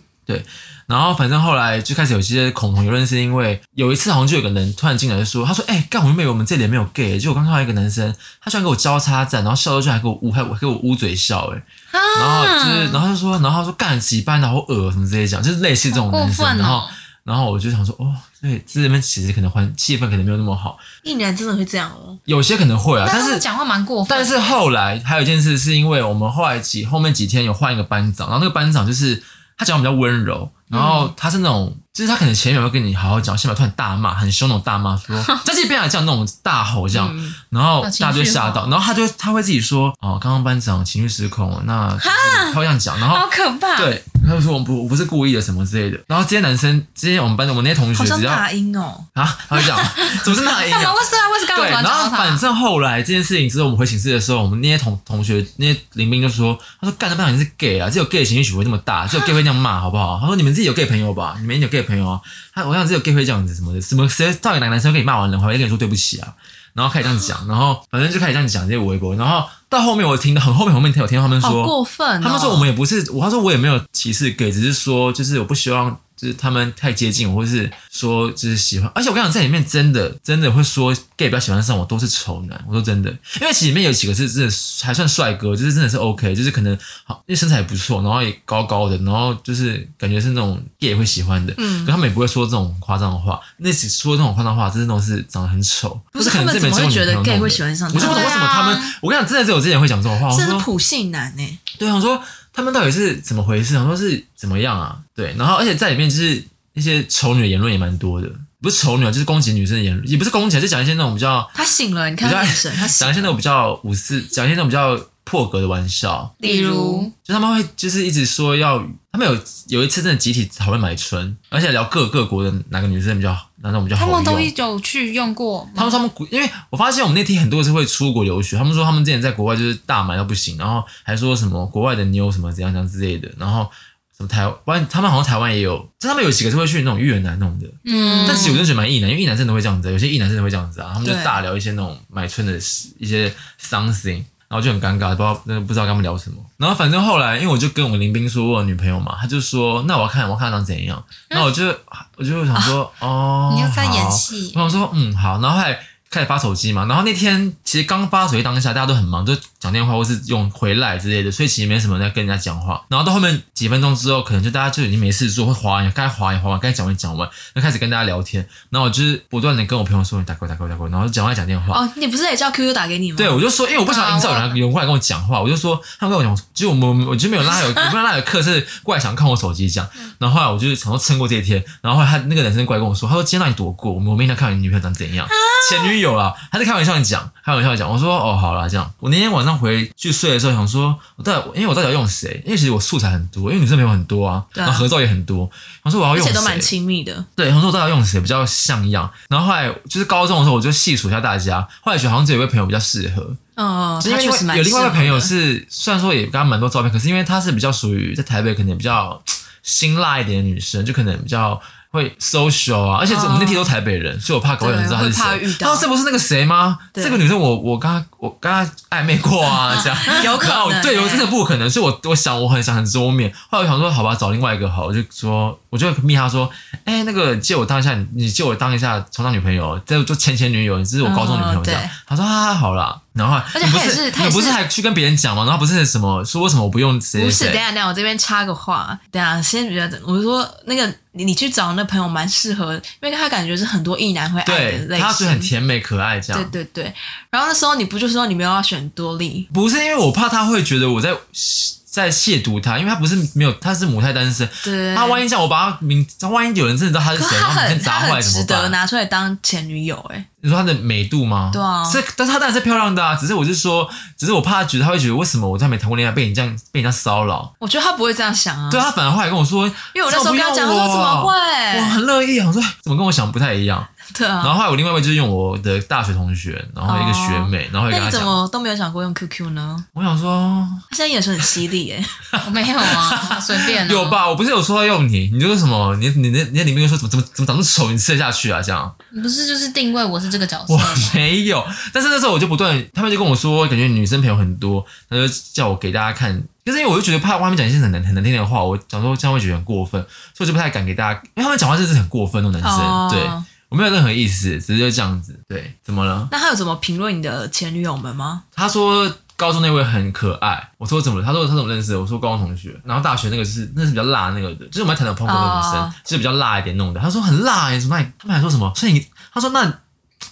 Speaker 2: 然后反正后来就开始有一些恐同言论，是因为有一次好像就有个人突然进来就说，他说：“哎、干，我原本以为我们这里没有 gay，结果刚看到一个男生，他居然给我交叉站，然后笑到就还给我捂，还给我捂嘴笑，哎，
Speaker 1: 啊
Speaker 2: 然后就是，然后他就说，然后他说干几班的好恶什么之类讲，就是类似这种
Speaker 1: 过
Speaker 2: 男生，
Speaker 1: 分
Speaker 2: 然后啊
Speaker 1: 哦。
Speaker 2: 然后我就想说，哦，对，这里面其实可能环气氛可能没有那么好，
Speaker 3: 一年真的会这样哦，
Speaker 2: 有些可能会啊，但
Speaker 1: 但是
Speaker 2: 是
Speaker 1: 讲话蛮过分，
Speaker 2: 但是后来还有一件事，是因为我们后来几后面几天有换一个班长，然后那个班长就是他讲话比较温柔，然后他是那种，就是他可能前面会跟你好好讲，下面突然大骂，很凶那种大骂， 说在这边来叫那种大吼这样，
Speaker 3: 嗯
Speaker 2: 然后
Speaker 1: 情绪
Speaker 2: 大家就会吓
Speaker 1: 化
Speaker 2: 到，然后他就他会自己说哦，刚刚班长情绪失控了，那就是他会这样讲，然后
Speaker 3: 好可怕，，
Speaker 2: 对，他就说我不我不是故意的什么之类的，然后这些男生，这些我们班的我们那些同
Speaker 3: 好
Speaker 2: 学
Speaker 3: 像
Speaker 2: 只要
Speaker 3: 大鹰哦，
Speaker 2: 啊，他 会讲，怎么是那 一
Speaker 1: 干嘛？
Speaker 2: 样？
Speaker 1: 为什么？为什么刚刚
Speaker 2: 对，
Speaker 1: 突然
Speaker 2: 然
Speaker 1: 讲
Speaker 2: 后
Speaker 1: 到
Speaker 2: 反
Speaker 1: 他？
Speaker 2: 正后来这件事情之后，我们回寝室的时候，我们那些同同学、那些林兵就说：“他说干的班长你是 gay 啊，只有 gay 的情绪起伏会这么 大，只有 gay 会这样骂，好不好？”他说：“你们自己有 gay 朋友吧？你们一定有 gay 朋友啊？”他我想只有 gay 会这样子什么的，什么谁到底哪个男生跟你骂完了回来跟你说对不起啊？然后开始这样讲，然后反正就开始这样讲这些微博，然后到后面我听到很后面后面有听到他们
Speaker 3: 好
Speaker 2: 说，
Speaker 3: 过分哦，
Speaker 2: 他们说我们也不是，我他说我也没有歧视 gay，只是说就是我不希望就是他们太接近我，或是说就是喜欢。而且我跟你讲，在里面真的真的会说 gay 不要喜欢上我，都是丑男。我说真的，因为其实里面有几个是真的还算帅哥，就是真的是 OK，就是可能好，因为身材也不错，然后也高高的，然后就是感觉是那种 gay 也会喜欢的。
Speaker 3: 嗯
Speaker 2: 可他们也不会说这种夸张的话，那只说这种夸张的话，真的都是长得很丑。
Speaker 3: 不是
Speaker 2: 可能
Speaker 3: 他们
Speaker 2: 这边
Speaker 3: 怎么
Speaker 2: 只有
Speaker 3: 会觉
Speaker 2: 女
Speaker 3: 得
Speaker 2: 朋友
Speaker 3: gay
Speaker 2: 弄
Speaker 3: 会
Speaker 2: 的
Speaker 3: 喜欢上
Speaker 2: 我就不懂
Speaker 1: 对
Speaker 2: 为
Speaker 1: 啊
Speaker 2: 什么他们，我跟你讲，真的只有这些人会讲这种话。我
Speaker 3: 这是
Speaker 2: 说
Speaker 3: 普信男哎，
Speaker 2: 对，想说他们到底是怎么回事？想说是怎么样啊？对，然后而且在里面就是一些丑女的言论也蛮多的，不是丑女啊，就是攻击女生的言论，也不是攻击啊，就讲一些那种比较
Speaker 3: 他醒了，你看他
Speaker 2: 比较
Speaker 3: 眼神，他醒
Speaker 2: 讲一些那
Speaker 3: 了，
Speaker 2: 种比较五四，讲一些那种比较破格的玩笑，
Speaker 1: 比如
Speaker 2: 就他们会就是一直说要，他们有有一次真的集体讨论买春，而且聊各各国的哪个女生比较好，哪种比较
Speaker 1: 他
Speaker 2: 好
Speaker 1: 们都
Speaker 2: 用。
Speaker 1: 有去用过吗，
Speaker 2: 他们说他们国，因为我发现我们那天很多是会出国留学，他们说他们之前在国外就是大买到不行，然后还说什么国外的妞什么怎样怎样之类的，然后什么台湾，他们好像台湾也有，就他们有几个是会去那种越南弄的，
Speaker 1: 嗯，
Speaker 2: 但其实我真的觉得蛮异男，因为异男真的会这样子，有些异男真的会这样子啊，他们就
Speaker 3: 对
Speaker 2: 大聊一些那种买春的一些 something。然后就很尴尬，不知道那不知道跟他们聊什么。然后反正后来，因为我就跟我林斌说我有女朋友嘛，他就说那我要看我要看她长怎样。然后我就我就想说、哦，
Speaker 1: 你又在演
Speaker 2: 好
Speaker 1: 戏
Speaker 2: 我想说，嗯，好，然后后来开始发手机嘛，然后那天其实刚发手机当下，大家都很忙，就讲电话或是用回来之类的，所以其实没什么人在跟人家讲话。然后到后面几分钟之后，可能就大家就已经没事做，会滑该滑也滑完，该讲完也讲完，就开始跟大家聊天。然后我就是不断的跟我朋友说，你打过来打过来打过来，然后就讲话讲电话。
Speaker 3: 哦，你不是也叫 QQ 打给你吗？
Speaker 2: 对，我就说，因为我不想营造有
Speaker 3: 啊
Speaker 2: 人有人过来跟我讲话，我就说他们跟我讲，就我们我就没有让他有，我不让他有课是过来想看我手机这样。
Speaker 3: 嗯
Speaker 2: 然后后来我就想说撑过这一天，然后后来他那个男生过来跟我说，他说今天让你躲过，我们我明天看你女朋友长怎
Speaker 3: 啊
Speaker 2: 样，前女友啦，他在开玩笑地讲，开玩笑地讲，我说哦好啦这样。我那天晚上回去睡的时候想说，我到底因为我到底要用谁？因为其实我素材很多，因为女生朋友很多啊，
Speaker 3: 对啊
Speaker 2: 然后合照也很多，我说我要
Speaker 3: 而
Speaker 2: 用
Speaker 3: 且
Speaker 2: 谁？
Speaker 3: 都蛮亲密的，
Speaker 2: 对，然后说大家用谁比较像样，然后后来就是高中的时候，我就细数一下大家，后来觉得好像只有一位朋友比较适合，
Speaker 3: 嗯，
Speaker 2: 因
Speaker 3: 他
Speaker 2: 为
Speaker 3: 确实蛮
Speaker 2: 有另外一
Speaker 3: 适合
Speaker 2: 个朋友
Speaker 3: 的
Speaker 2: 是，虽然说也跟他蛮多照片，可是因为她是比较属于在台北可能比较辛辣一点的女生，就可能比较会 social 啊，而且我们那批都台北人，所以我怕搞有人知道她是
Speaker 3: 哦对会怕
Speaker 2: 谁
Speaker 3: 遇。到
Speaker 2: 然后这不是那个谁吗？
Speaker 3: 对
Speaker 2: 这个女生我我跟她我跟她暧昧 过啊，这样
Speaker 3: 有可能
Speaker 2: 然后对，有
Speaker 3: 欸
Speaker 2: 真的不可能，所以我我想我很想很桌面，后来我想说好吧，找另外一个好，我就说我就密她说，哎、那个借我当一下，你你借我当一下充当女朋友，这就前前女友，你这是我高中女朋友
Speaker 3: 哦
Speaker 2: 这样
Speaker 3: 对。
Speaker 2: 她说啊好啦，然后后来
Speaker 3: 而且
Speaker 2: 你不
Speaker 3: 他也
Speaker 2: 是
Speaker 3: 是他也
Speaker 2: 你不是
Speaker 3: 是
Speaker 2: 还去跟别人讲吗？然后不是什么说为什么我不用谁
Speaker 3: 不是，
Speaker 2: 谁
Speaker 3: 等一
Speaker 2: 谁？
Speaker 3: 下等一下，我这边插个话，等一下先比较，我说那个你你去找那朋友蛮适合，因为他感觉是很多异男会爱的
Speaker 2: 对，
Speaker 3: 类
Speaker 2: 他是很
Speaker 3: 型。
Speaker 2: 甜美可爱这
Speaker 3: 对
Speaker 2: 样。
Speaker 3: 对对，然后那时候你不就说你没有要选多利？
Speaker 2: 不是因为我怕他会觉得我在在亵渎他，因为他不是没有，他是母胎单身。
Speaker 3: 对，
Speaker 2: 他万一这样，我把他名，他万一有人真的知道他是
Speaker 3: 可
Speaker 2: 谁，
Speaker 3: 是他
Speaker 2: 然后每天
Speaker 3: 很
Speaker 2: 砸
Speaker 3: 他
Speaker 2: 坏
Speaker 3: 很
Speaker 2: 怎
Speaker 3: 值
Speaker 2: 么
Speaker 3: 得
Speaker 2: 办？
Speaker 3: 拿出来当前女友哎、
Speaker 2: 你说他的美度吗？
Speaker 3: 对啊
Speaker 2: 是，但是他当然是漂亮的啊。只是我是说，只是我怕他觉得他会觉得为什么我在没谈过恋爱被你这样被你这样骚扰？
Speaker 3: 我觉得他不会这样想啊，
Speaker 2: 对他反而后来跟我说，
Speaker 3: 因为我那时候
Speaker 2: 怎
Speaker 3: 跟
Speaker 2: 么
Speaker 3: 他
Speaker 2: 不要
Speaker 3: 讲，他
Speaker 2: 我
Speaker 3: 说怎么
Speaker 2: 我
Speaker 3: 会？
Speaker 2: 很乐意，我说怎么跟我想不太一样。
Speaker 3: 对
Speaker 2: 然
Speaker 3: 啊，
Speaker 2: 后后来我另外一位就是用我的大学同学，然后一个学妹，然后
Speaker 3: 哦
Speaker 2: 也
Speaker 3: 那
Speaker 2: 跟
Speaker 3: 你
Speaker 2: 她
Speaker 3: 怎
Speaker 2: 讲，
Speaker 3: 么都没有想过用 QQ 呢？
Speaker 2: 我想说
Speaker 3: 他现在眼神很犀利哎耶，
Speaker 1: 我没有 啊，随便、啊。
Speaker 2: 有？吧，
Speaker 3: 嗯
Speaker 2: 我不是有说要用你，你就是什么，你你那你在里面又说怎么怎么怎么长那么丑，你吃得下去啊？这样
Speaker 1: 不是就是定位我是这个角色
Speaker 2: 我
Speaker 1: 吗？
Speaker 2: 没有，但是那时候我就不断，他们就跟我说，感觉女生朋友很多，他就叫我给大家看，就是因为我就觉得怕外面讲一些很难很难听的话，我想说这样会觉得很过分，所以我就不太敢给大家，因为他们讲话真的是很过分那种男生，
Speaker 3: 哦
Speaker 2: 对我没有任何意思，只是就这样子，对，怎么了？
Speaker 3: 那他有怎么评论你的前女友们吗？
Speaker 2: 他说高中那位很可爱，我说怎么了？他说他怎么认识的？我说高中同学，然后大学那个是那是比较辣那个的，就是我们在谈的朋友那种女生
Speaker 3: 哦，
Speaker 2: 就是比较辣一点弄的。他说很辣耶、什么那你？他们还说什么？所以你他说那你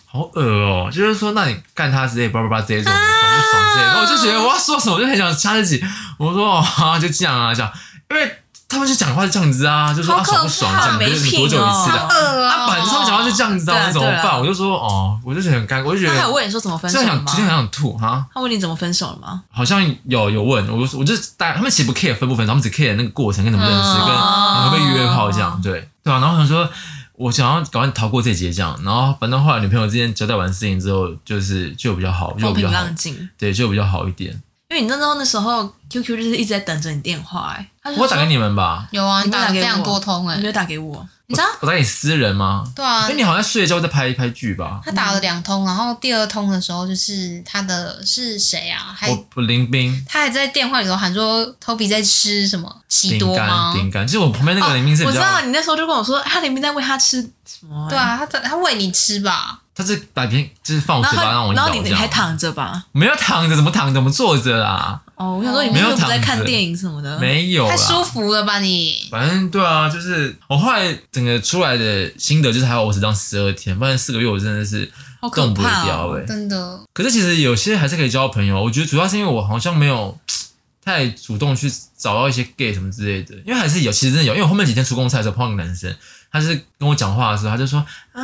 Speaker 2: 好恶哦、就是说那你干他之类，叭叭叭之类这种爽不爽之类的。然后我就觉得我要说什么，我就很想掐自己。我说哦，啊、就这样啊，这样，因为他们就讲话是这样子啊，就说
Speaker 1: 好
Speaker 2: 啊
Speaker 1: 可
Speaker 2: 爽不爽这样，
Speaker 3: 怕
Speaker 2: 你就是你多久一次
Speaker 3: 没品
Speaker 2: 的
Speaker 3: 哦？
Speaker 1: 饿
Speaker 2: 啊，本身他们讲话就这样子啊，
Speaker 3: 对啊
Speaker 2: 我怎么
Speaker 3: 对啊
Speaker 2: 办？我就说哦，我就觉得很尴尬，我就觉
Speaker 3: 他
Speaker 2: 得
Speaker 3: 还有问你说怎么分
Speaker 2: 就
Speaker 3: 手
Speaker 2: 很
Speaker 3: 的
Speaker 2: 想，
Speaker 3: 吗
Speaker 2: 就？很想吐哈。
Speaker 3: 他问你怎么分手了吗？
Speaker 2: 好像有有问我，我就是大他们其实不 care 分不分，他们只 care 那个过程跟怎么认识，
Speaker 1: 嗯
Speaker 2: 跟你
Speaker 3: 哦
Speaker 2: 会不会约炮这样，对对啊。然后我想说，我想要赶快逃过这劫这样，然后反正后来女朋友之间交代完事情之后，就是就比较好，就
Speaker 3: 风
Speaker 2: 比较
Speaker 3: 平
Speaker 2: 好
Speaker 3: 浪，静。
Speaker 2: 对，就比较好一点。
Speaker 3: 因为你那时候那时候 QQ 就是一直在等着你电话，哎，他就说
Speaker 2: 我打给你们吧，
Speaker 1: 有啊，
Speaker 3: 你
Speaker 1: 你
Speaker 3: 没有打
Speaker 1: 打的
Speaker 3: 给
Speaker 1: 非
Speaker 3: 我
Speaker 1: 常多通哎、
Speaker 3: 你没有打给我，
Speaker 1: 你知道？
Speaker 2: 我打给你私人吗？
Speaker 1: 对啊
Speaker 2: 因为，哎你好像睡了觉在拍一拍剧吧？
Speaker 1: 他打了两通，然后第二通的时候就是他的是谁啊？还
Speaker 2: 我我林冰
Speaker 1: 他还在电话里头喊说 Toby 在吃什么喜
Speaker 2: 饼
Speaker 1: 多
Speaker 2: 干
Speaker 1: 吗？
Speaker 2: 饼干，就是我旁边那
Speaker 3: 哦
Speaker 2: 个林冰是
Speaker 3: 我
Speaker 2: 比
Speaker 3: 知
Speaker 2: 较，
Speaker 3: 道你那时候就跟我说，哎他里面在喂他吃什么、哎
Speaker 1: 对，啊，他他他喂你吃吧，
Speaker 2: 他是把瓶就是放我
Speaker 3: 然
Speaker 2: 嘴
Speaker 3: 后
Speaker 2: 巴
Speaker 3: 他
Speaker 2: 让我
Speaker 3: 然后
Speaker 2: 咬
Speaker 3: 你
Speaker 2: 这
Speaker 3: 你还
Speaker 2: 样，
Speaker 3: 躺着吧？
Speaker 2: 没有躺着怎么躺着怎么坐着啦？
Speaker 3: 哦，我想说你
Speaker 1: 没
Speaker 3: 们
Speaker 2: 有
Speaker 3: 又不在
Speaker 2: 躺
Speaker 3: 看
Speaker 2: 着
Speaker 3: 电影什么的，
Speaker 2: 没有啦，
Speaker 1: 太舒服了吧你？
Speaker 2: 反正对啊，就是我后来整个出来的心得就是还好我只当十二天，不然四个月我真的是
Speaker 3: 好可
Speaker 2: 动不
Speaker 3: 怕
Speaker 2: 了
Speaker 3: 哦。
Speaker 2: 哎、欸
Speaker 1: 真的，
Speaker 2: 可是其实有些还是可以交朋友，我觉得主要是因为我好像没有嗯太主动去找到一些 gay 什么之类的，因为还是有，其实真的有，因为我后面几天出公差的时候碰到一个男生，他就是跟我讲话的时候，他就说啊，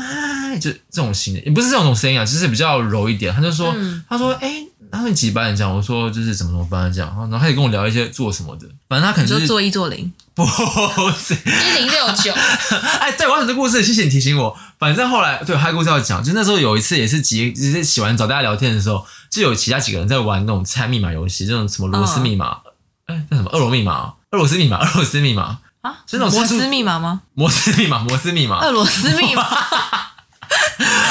Speaker 2: 就这种型的，也不是这种声音啊，就是比较柔一点，他就说、
Speaker 3: 嗯
Speaker 2: 他说哎、他说你几班？你讲，我说就是怎么怎么班这样，然后他也跟我聊一些做什么的，反正他可
Speaker 3: 你
Speaker 2: 能就
Speaker 3: 说
Speaker 2: 是
Speaker 3: 做一做零，
Speaker 2: 不是。
Speaker 1: 一零六九，
Speaker 2: 哎，对，我要讲这故事，谢谢你提醒我。反正后来对，还有故事要讲，就那时候有一次也是几，就是洗完澡大家聊天的时候，就有其他几个人在玩那种猜密码游戏，这种什么螺丝密码，哎、那什么俄罗密码、俄罗斯密码、俄罗斯密码、
Speaker 3: 啊？
Speaker 2: 所以那种啊
Speaker 3: 摩
Speaker 2: 猜出
Speaker 3: 斯密码吗？
Speaker 2: 摩斯密码、摩斯密码、
Speaker 3: 俄罗斯密 码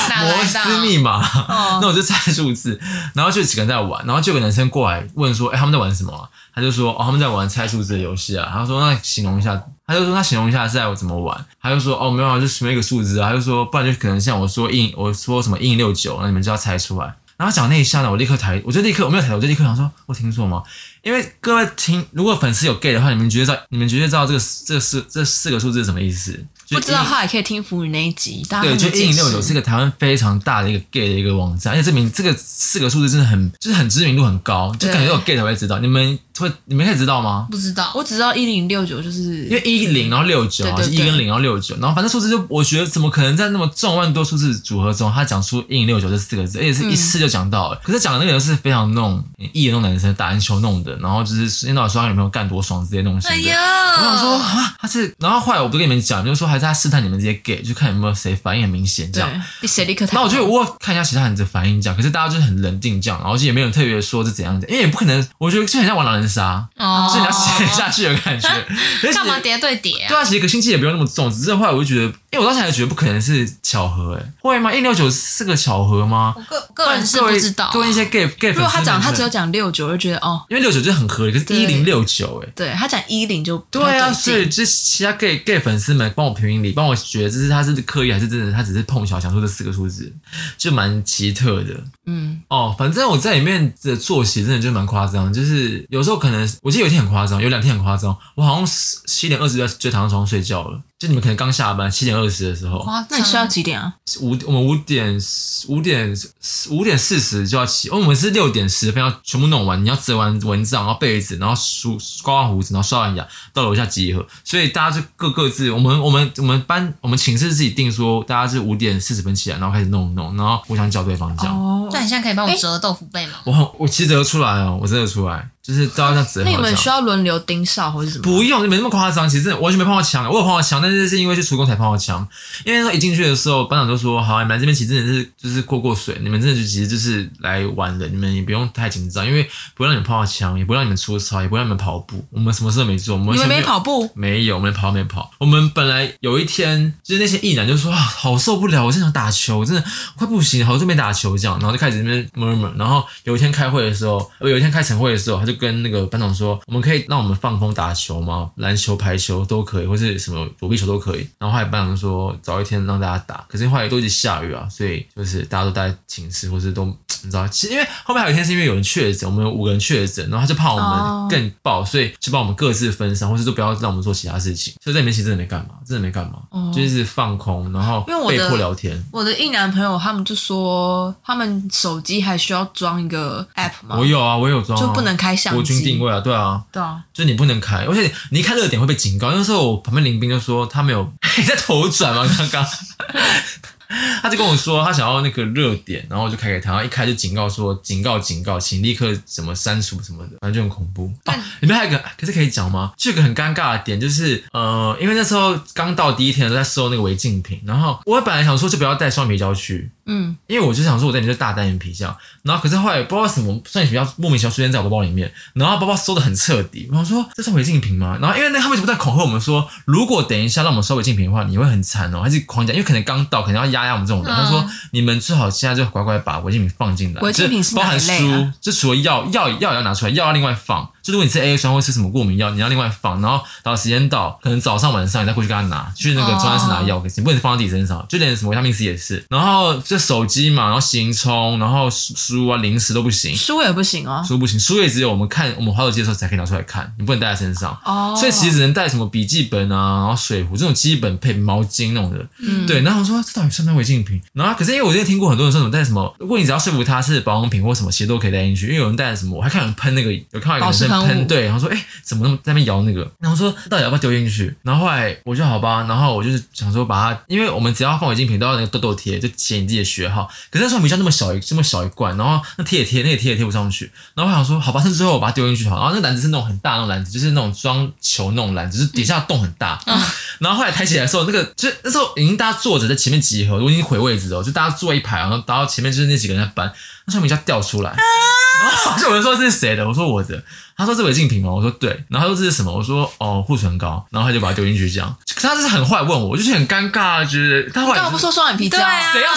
Speaker 1: 哪
Speaker 2: 摩
Speaker 1: 来
Speaker 2: 斯
Speaker 1: 的？啊
Speaker 2: 密码。那
Speaker 3: 哦，
Speaker 2: 我就猜数字，然后就有几个人在玩，然后就有个男生过来问说：“哎、他们在玩什么、啊？”他就说：“哦，他们在玩猜数字的游戏啊。”他说：“那形容一下。”他就说：“那形容一下是在怎么玩？”他就说：“哦，没有啊，就随便一个数字啊。”他就说：“不然就可能像我说硬，我说什么硬六九，那你们就要猜出来。”然后讲那一下呢，我立刻抬，我就立刻我没有抬头，我就立刻想说：“我听错吗？”因为各位听，如果粉丝有 gay 的话，你们绝对知道，你们绝对知道这个这四这四个数字是什么意思。就
Speaker 3: 不知道
Speaker 2: 硬
Speaker 3: 的话也可以听腐女那一集，大家
Speaker 2: 对，
Speaker 3: 会
Speaker 2: 就
Speaker 3: 解
Speaker 2: 一零六九
Speaker 3: 释
Speaker 2: 是一个台湾非常大的一个 gay 的一个网站，而且这名这个四个数字真的很就是很知名度很高，就
Speaker 3: 对
Speaker 2: 感觉有 gay 才会知道。你们会你们可以知道吗？
Speaker 1: 不知道，
Speaker 3: 我只知道一零六九就是
Speaker 2: 因为一零然后六九啊，
Speaker 3: 对
Speaker 2: 是
Speaker 3: 对
Speaker 2: 一
Speaker 3: 对
Speaker 2: 跟零然后六九，然后反正数字就我觉得怎么可能在那么众万多数字组合中，他讲出一零六九这四个字，而且是一次就讲
Speaker 3: 嗯
Speaker 2: 到了。可是讲的那个人是非常那种艺人那种男生，打篮球弄的，然后就是一天到晚说他女朋友干多爽这些东西。
Speaker 1: 哎呀，
Speaker 2: 我想说啊，他是，然后后来我不跟你们讲，就是说还是他试探你们这些 gay，就看有没有谁反应很明显这样。
Speaker 3: 对，谁立刻
Speaker 2: 那我就我有看一下其他人的反应这样，可是大家就是很冷静这样，然后就也没有人特别说是怎样的，因为也不可能，我觉得就很像玩狼人杀，
Speaker 1: 哦
Speaker 2: 所以你要 写下去的感觉。而且
Speaker 1: 干嘛叠对叠啊？
Speaker 2: 对啊，其实个星期也不用那么重，只是后来我就觉得，因为我当时还觉得不可能是巧合、欸，哎，会吗？一六九是个巧合吗？
Speaker 1: 我个个人是不知道啊，
Speaker 2: 各位一些 gay gay 粉丝
Speaker 3: 如
Speaker 2: 们，
Speaker 3: 果他讲他只有讲六九，就觉得哦，
Speaker 2: 因为六九就很合理，可是
Speaker 3: 对
Speaker 2: 一零六九，哎，
Speaker 3: 对他讲一零就不
Speaker 2: 对
Speaker 3: 太
Speaker 2: 啊，所
Speaker 3: 劲
Speaker 2: 以这其他 gay gay 粉丝们帮我评评理，帮我觉得这是他是刻意还是真的，他只是碰巧想出这四个数字，就蛮奇特的。
Speaker 3: 嗯，
Speaker 2: 哦，反正我在里面的作息真的就蛮夸张，就是有时候可能我记得有一天很夸张，有两天很夸张，我好像七点二十就在就躺在床上睡觉了，就你们可能刚下班七点二十的时候，
Speaker 1: 夸张
Speaker 3: 那你睡到几点啊？
Speaker 2: 五我们五点五点五点四十就要起，哦因为我们是六点十分要全部弄完，你要折完蚊帐，然后被子，然后梳刮完胡子，然后刷完牙，到楼下集合，所以大家就各各自，我们我们我们班我们寝室自己定说，大家是五点四十分起来，然后开始弄弄，然后互相叫对方这样。
Speaker 3: 哦
Speaker 1: 那你现在可以帮我折豆腐被吗？
Speaker 2: 我很我其实折得出来哦，我折得出来。就是都要这样子。
Speaker 3: 那你们需要轮流盯哨或者什么？
Speaker 2: 不用，没那么夸张。其实真的完全没碰到枪，我有碰到枪，但是是因为去出工才碰到枪。因为那时候一进去的时候，班长就说：“好，你们来这边其实真的是就是过过水，你们真的就其实就是来玩的，你们也不用太紧张，因为不会让你们碰到枪，也不会让你们出操，也不会让你们跑步。我们什么事都没做，我们
Speaker 3: 你
Speaker 2: 完
Speaker 3: 们
Speaker 2: 全
Speaker 3: 没
Speaker 2: 有
Speaker 3: 跑步，
Speaker 2: 没有，我们跑没跑。我们本来有一天，就是那些艺男就说啊，好受不了，我真的想打球，我真的快不行，好久没打球这样，然后就开始那边 murmur。然后有一天开会的时候，呃，有一天开晨会的时候，他就跟那个班长说，我们可以让我们放空打球吗？篮球、排球都可以，或是什么躲避球都可以。然后后来班长说，早一天让大家打，可是后来都一直下雨啊，所以就是大家都待在寝室，或是都你知道，其实因为后面还有一天是因为有人确诊，我们有五个人确诊，然后他就怕我
Speaker 3: 哦
Speaker 2: 们更爆，所以就把我们各自分散，或是就不要让我们做其他事情。所以在里面其实真的没干嘛，真的没干嘛，
Speaker 3: 哦
Speaker 2: 就一直放空，然后
Speaker 3: 因为我
Speaker 2: 被
Speaker 3: 的
Speaker 2: 迫聊天。
Speaker 3: 我的一男朋友他们就说，他们手机还需要装一个 app 吗？
Speaker 2: 我有啊，我有装、啊，
Speaker 3: 就不能开相机
Speaker 2: 国军定位啊，对啊，
Speaker 3: 对啊，
Speaker 2: 就是你不能开，而且你一开热点会被警告。那时候我旁边林斌就说他没有 你在头转吗？刚刚。他就跟我说，他想要那个热点，然后我就开给他，然后一开就警告说，警告警告，请立刻怎么删除什么的，反正就很恐怖。哦，里面还有一个，可是可以讲吗？就有一个很尴尬的点就是，呃，因为那时候刚到第一天的时候在收那个违禁品，然后我本来想说就不要带双皮胶去，
Speaker 3: 嗯，
Speaker 2: 因为我就想说我在里面就大单眼皮这样，然后可是后来不知道什么双眼皮要莫名其妙出现在我包包里面，然后包包收的很彻底，我想说这是违禁品吗？然后因为那他们一直不断恐吓我们说，如果等一下让我们收违禁品的话，你会很惨哦，还是狂讲，因为可能刚到，可能要压压我们这种人。
Speaker 1: 嗯
Speaker 2: 他说你们最好现在就乖乖把违禁品放进来，
Speaker 3: 违禁品
Speaker 2: 就是包含
Speaker 3: 哪一类
Speaker 2: 书，
Speaker 3: 啊
Speaker 2: 就除了药，药药也要拿出来，药要另外放。就如果你吃 A A 酸或吃什么过敏药，你要另外放，然后到时间到，可能早上晚上你再过去跟他拿，去那
Speaker 3: 哦
Speaker 2: 个中药室拿药。药，你不能放到自己身上，就连什么维他命 C 也是。然后这手机嘛，然后行充，然后书书啊、零食都不行，
Speaker 3: 书也不行哦。
Speaker 2: 书不行，书也只有我们看我们滑手机的时候才可以拿出来看，你不能带在身上。
Speaker 3: 哦，
Speaker 2: 所以其实只能带什么笔记本啊，然后水壶这种基本配毛巾那种的，
Speaker 3: 嗯
Speaker 2: 对。然后我说这到底算不算违禁品？然后可是因为我之前听过很多人说什么带什么，如果你只要说服他是保养品或什么，其实都可以带进去。因为有人带了什么，我还看有人喷那个，有看到有
Speaker 3: 保
Speaker 2: 人
Speaker 3: 湿
Speaker 2: 在
Speaker 3: 喷雾
Speaker 2: 喷，对，然后说哎、怎么那么在那边摇那个？然后说到底要不要丢进去？然后后来我就好吧，然后我就是想说把它，因为我们只要放违禁品都要那个痘痘贴，就写你自己的学号。可是那时候米像那么小一这么小一罐，然后那贴也贴，那也贴也贴不上去。然后我想说，好吧，那最后我把它丢进去好了。然后那篮子是那种很大的那种篮子，就是那种装球那种篮子，就是底下洞很大。
Speaker 3: 嗯
Speaker 2: 然后后来抬起来的时候，那个就是那时候已经大家坐着在前面集合，我已经回位置了，就大家坐一排，然后然后前面就是那几个人在搬，那上面一下掉出来。然后就有人说这是谁的，我说我的。他说这违禁品吗？我说对。然后他说这是什么？我说哦护唇膏。然后他就把它丢进去这样。可是他就是很坏问我，我就是很尴尬，觉得他后来
Speaker 3: 干嘛
Speaker 2: 就是
Speaker 3: 不说双眼皮胶？
Speaker 1: 对啊
Speaker 2: 谁要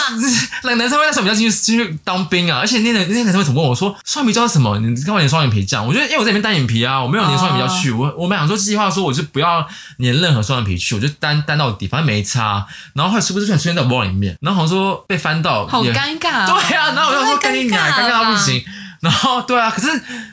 Speaker 2: 那个男生会在双眼皮胶进去进去当兵啊？而且那些那些男生会怎么问我说双眼皮胶是什么？你干嘛粘双眼皮这样？我觉得因为我在里面单眼皮啊，我没有粘双眼皮胶去。我我们想说计划说我就不要粘任何双眼皮去，我就单单到底，反正没差。然后后来是不是突然出现在我包里面？然后好像说被翻到也，
Speaker 3: 好尴尬、啊。
Speaker 2: 对啊，然后我就说
Speaker 1: 太
Speaker 2: 跟
Speaker 1: 尴
Speaker 2: 你娘，
Speaker 1: 尬
Speaker 2: 尴
Speaker 1: 了
Speaker 2: 尬到不
Speaker 1: 吧
Speaker 2: 行。然后对啊，可是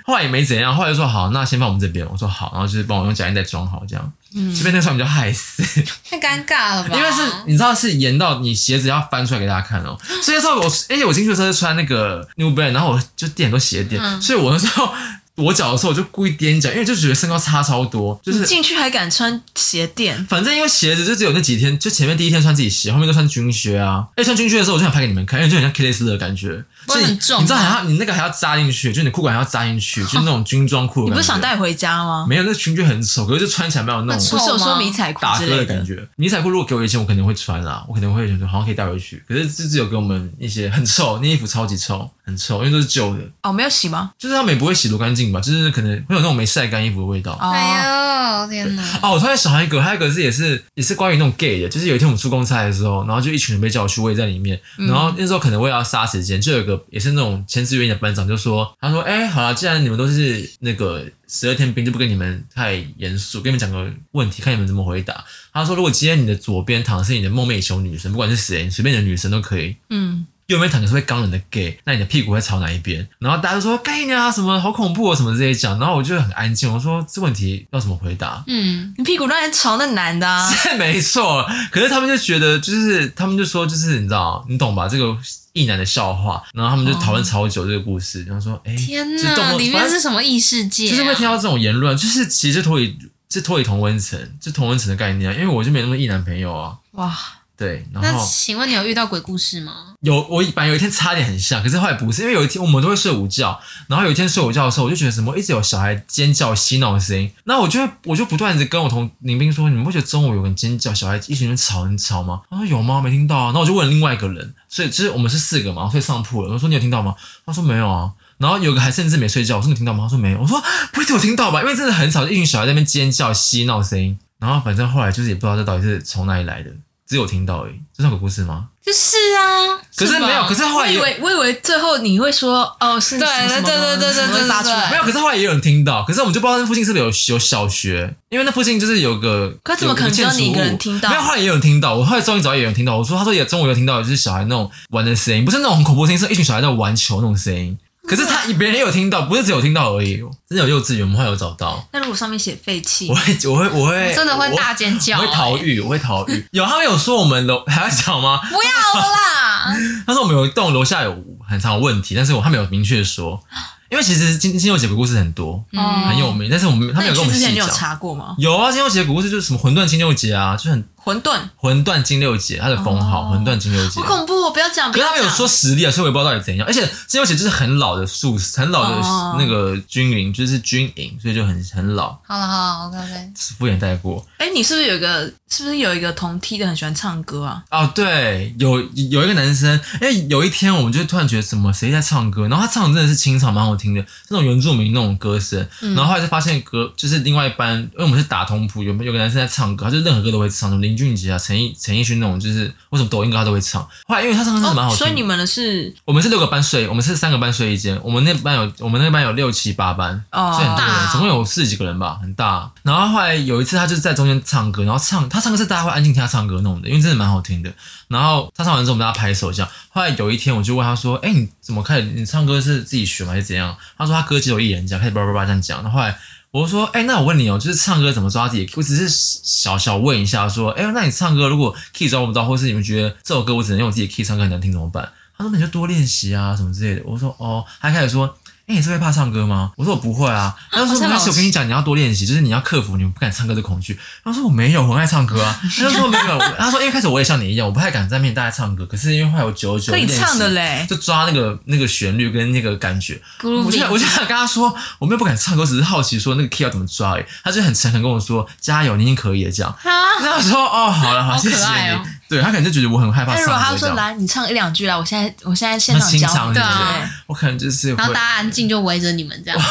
Speaker 2: 后来也没怎样，后来就说好，那先放我们这边。我说好，然后就是帮我用假烟袋装好这样。
Speaker 3: 嗯
Speaker 2: 这边那时候我们就害死，
Speaker 1: 太尴尬了吧？
Speaker 2: 因为是你知道是严到你鞋子要翻出来给大家看哦。所以那时候我，而且我进去的时候是穿那个 New Balance，然后我就垫很多鞋垫，
Speaker 1: 嗯
Speaker 2: 所以我那时候跛脚的时候我就故意踮脚，因为就觉得身高差超多，就是
Speaker 3: 你进去还敢穿鞋垫，
Speaker 2: 反正因为鞋子就只有那几天，就前面第一天穿自己鞋，后面都穿军靴啊。哎，穿军靴的时候，我就想拍给你们看，因为就很像 K 类斯的感觉，
Speaker 1: 不会
Speaker 2: 是你
Speaker 1: 很重
Speaker 2: 你知道还要你那个还要扎进去，就你的裤管还要扎进去，就是那种军装裤。
Speaker 3: 你不是想？哦带回家吗？
Speaker 2: 没有，那裙就很丑，可是就穿起来没有那
Speaker 1: 那
Speaker 2: 种
Speaker 1: 臭
Speaker 3: 不是有说迷彩裤
Speaker 2: 打
Speaker 3: 之
Speaker 2: 嗝
Speaker 3: 类
Speaker 2: 的感觉。迷彩裤如果给我一件，我肯定会穿啦，我肯定会想说好像可以带回去。可是这只有给我们一些很臭，那衣服超级臭，很臭，因为都是旧的，
Speaker 3: 哦，没有洗吗？
Speaker 2: 就是他们也不会洗多干净吧，就是可能会有那种没晒干衣服的味道。
Speaker 3: 哦，
Speaker 1: 哎呦天哪！
Speaker 2: 哦，我突然想到一个，还有一个是也是也是关于那种 gay 的，就是有一天我们出公差的时候，然后就一群人被叫去，我也在里面，然后那时候可能为了要杀时间，就有一个也是那种前志愿的班长就说，他说，哎、好了，既然你们都是那个十二天兵，就不跟你们太严肃，跟你们讲个问题，看你们怎么回答。他说，如果今天你的左边躺的是你的梦寐以求女神，不管是谁，随便你的女神都可以，
Speaker 3: 嗯，
Speaker 2: 右边躺的是会刚人的 gay，那你的屁股会朝哪一边？然后大家都说 gay 啊，什么好恐怖哦，什么这些讲，然后我就很安静，我说这问题要怎么回答？
Speaker 1: 嗯，
Speaker 3: 你屁股当然朝那男的啊。
Speaker 2: 是 没错，可是他们就觉得，就是他们就说，就是你知道，你懂吧？这个异男的笑话，然后他们就讨论超久这个故事，然后说，哎、
Speaker 1: 嗯天啊
Speaker 2: 这动
Speaker 1: 哪！
Speaker 2: 不
Speaker 1: 里面是什么异世界啊？
Speaker 2: 就是会听到这种言论，就是其实脱离是脱离同温层，就同温层的概念啊，因为我就没那么异男朋友啊。
Speaker 3: 哇，
Speaker 2: 对，然
Speaker 1: 那
Speaker 2: 后
Speaker 1: 请问你有遇到鬼故事吗？
Speaker 2: 有我本来有一天差点很像，可是后来不是，因为有一天我们都会睡午觉，然后有一天睡午觉的时候，我就觉得什么一直有小孩尖叫嬉闹的声音，那我就会我就不断的跟我同林斌说，你们不觉得中午有人尖叫，小孩一群人吵很吵吗？他说有吗？没听到啊。然后我就问了另外一个人，所以就是我们是四个嘛，所以上铺了，我说你有听到吗？他说没有啊。然后有个还甚至没睡觉，我说你听到吗？他说没有。我说啊不会是我听到吧？因为真的很吵，就一群小孩在那边尖叫嬉闹的声音。然后反正后来就是也不知道这到底是从哪里来的，只有听到而已。这算鬼故事吗？
Speaker 1: 就是啊，
Speaker 2: 可是
Speaker 1: 吧
Speaker 2: 没有，可是后
Speaker 3: 我
Speaker 2: 来也
Speaker 3: 以为我以为最后你会说哦是
Speaker 1: 对
Speaker 3: 什么什么
Speaker 1: 对对对对
Speaker 3: 什么
Speaker 1: 对对
Speaker 3: 发出
Speaker 1: 对
Speaker 3: 来
Speaker 1: 对
Speaker 2: 没有，可是后来也有人听到，可是我们就不知道那附近是不是有有小学，因为那附近就是有个，
Speaker 3: 可怎么
Speaker 2: 有个
Speaker 3: 可能只有
Speaker 2: 建筑
Speaker 3: 你一个
Speaker 2: 物
Speaker 3: 人听到
Speaker 2: 没有，后来也有人听到，我后来终于找到也有人听到，我说他说也中午有听到，就是小孩那种玩的声音，不是那种很恐怖的声音，是一群小孩在玩球那种声音。可是他别人也有听到，不是只有听到而已，真的有幼稚园，我们后来有找到，
Speaker 3: 那如果上面写废弃
Speaker 2: 我，会 我会我会
Speaker 1: 真的会
Speaker 2: 我
Speaker 1: 大尖叫、
Speaker 2: 我会逃
Speaker 1: 欸
Speaker 2: 狱，我会逃狱。有他们有说我们楼还要讲吗？
Speaker 1: 不要了啦！
Speaker 2: 他说我们有一栋楼下有很长的问题，但是我他没有明确说，因为其实金金牛姐的故事很多，
Speaker 1: 嗯
Speaker 2: 很有名，但是我们他
Speaker 3: 那
Speaker 2: 没有
Speaker 3: 你
Speaker 2: 跟我
Speaker 3: 去
Speaker 2: 们
Speaker 3: 之前
Speaker 2: 细
Speaker 3: 你有
Speaker 2: 讲。
Speaker 3: 查过吗？
Speaker 2: 有啊，金六姐的古故事就是什么馄饨金六姐啊，就是很
Speaker 3: 馄饨，
Speaker 2: 馄饨金六姐，她的封号、
Speaker 3: 哦
Speaker 2: 馄饨金六姐
Speaker 3: 好。恐怖！哦！不要讲，
Speaker 2: 可
Speaker 3: 不
Speaker 2: 是
Speaker 3: 要
Speaker 2: 他们有
Speaker 3: 讲
Speaker 2: 说实力啊，所以我也不知道到底怎样。而且金六姐就是很老的宿，很老的
Speaker 3: 哦
Speaker 2: 那个军营，就是军营，所以就很很老，
Speaker 1: 好了好了，OK OK，
Speaker 2: 敷衍带过。
Speaker 3: 哎、你是不是有一个？是不是有一个同梯的很喜欢唱歌啊？
Speaker 2: 哦，对，有有一个男生，因为有一天我们就突然觉得什么谁在唱歌，然后他唱的真的是清唱，蛮好听的，是那种原住民那种歌声。
Speaker 3: 嗯
Speaker 2: 然后后来就发现歌就是另外一班，因为我们是打通铺，有有个男生在唱歌，他就任何歌都会唱，什么林俊杰啊、陈奕陈奕迅那种，就是为什么抖音歌他都会唱。后来因为他唱歌真的蛮好
Speaker 3: 哦
Speaker 2: 听的、
Speaker 3: 所以你们的是
Speaker 2: 我们是六个班睡，我们是三个班睡一间，我们那班有我们那班有六七八班，
Speaker 3: 哦
Speaker 2: 所以很多
Speaker 1: 大
Speaker 2: 人，
Speaker 1: 哦
Speaker 2: 总共有四十几个人吧，很大。然后后来有一次，他就是在中间唱歌，然后唱他唱歌是大家会安静听他唱歌弄的，因为真的蛮好听的。然后他唱完之后，我们大家拍手这样。后来有一天，我就问他说：“哎、你怎么开始？你唱歌是自己学吗，还是怎样？”他说他歌只有一人这样，开始叭叭叭这样讲。然后后来。我就说，哎、那我问你哦，就是唱歌怎么抓自己？我只是小小问一下，说，哎、那你唱歌如果 key 抓不到，或是你们觉得这首歌我只能用我自己 key 唱歌很难听怎么办？他说那你就多练习啊，什么之类的。我说哦，他开始说，哎、你是会怕唱歌吗？我说我不会啊。他就说
Speaker 3: 好
Speaker 2: 没
Speaker 3: 像
Speaker 2: 关系，
Speaker 3: 老
Speaker 2: 我跟你讲，你要多练习，就是你要克服你不敢唱歌的恐惧。他说我没有，我很爱唱歌啊。他就说没有，我他说因为开始我也像你一样，我不太敢在面大家唱歌，可是因为后来我久而久
Speaker 3: 可
Speaker 2: 之
Speaker 3: 以
Speaker 2: 练习
Speaker 3: 唱的嘞，
Speaker 2: 就抓那个那个旋律跟那个感觉，
Speaker 1: 咕噜
Speaker 2: 我就想我就想跟他说，我没有不敢唱歌，我只是好奇说那个 key 要怎么抓而已。他就很诚恳跟我说，加油，你已经可以了这样。
Speaker 1: 啊，
Speaker 2: 那我说哦，好了，好，
Speaker 1: 好
Speaker 2: 谢谢
Speaker 1: 可爱
Speaker 2: 你
Speaker 1: 哦。
Speaker 2: 对他可能就觉得我很害怕
Speaker 3: 但
Speaker 2: 唱
Speaker 3: 如果他
Speaker 2: 歌这
Speaker 3: 说
Speaker 2: 样。
Speaker 3: 来，你唱一两句来，我现在我现在现场
Speaker 2: 那清
Speaker 3: 教
Speaker 2: 唱
Speaker 3: 你，
Speaker 1: 对
Speaker 2: 是不
Speaker 1: 啊
Speaker 2: 是我可能就是
Speaker 1: 然后
Speaker 2: 会
Speaker 1: 大，家安静就围着你们这样，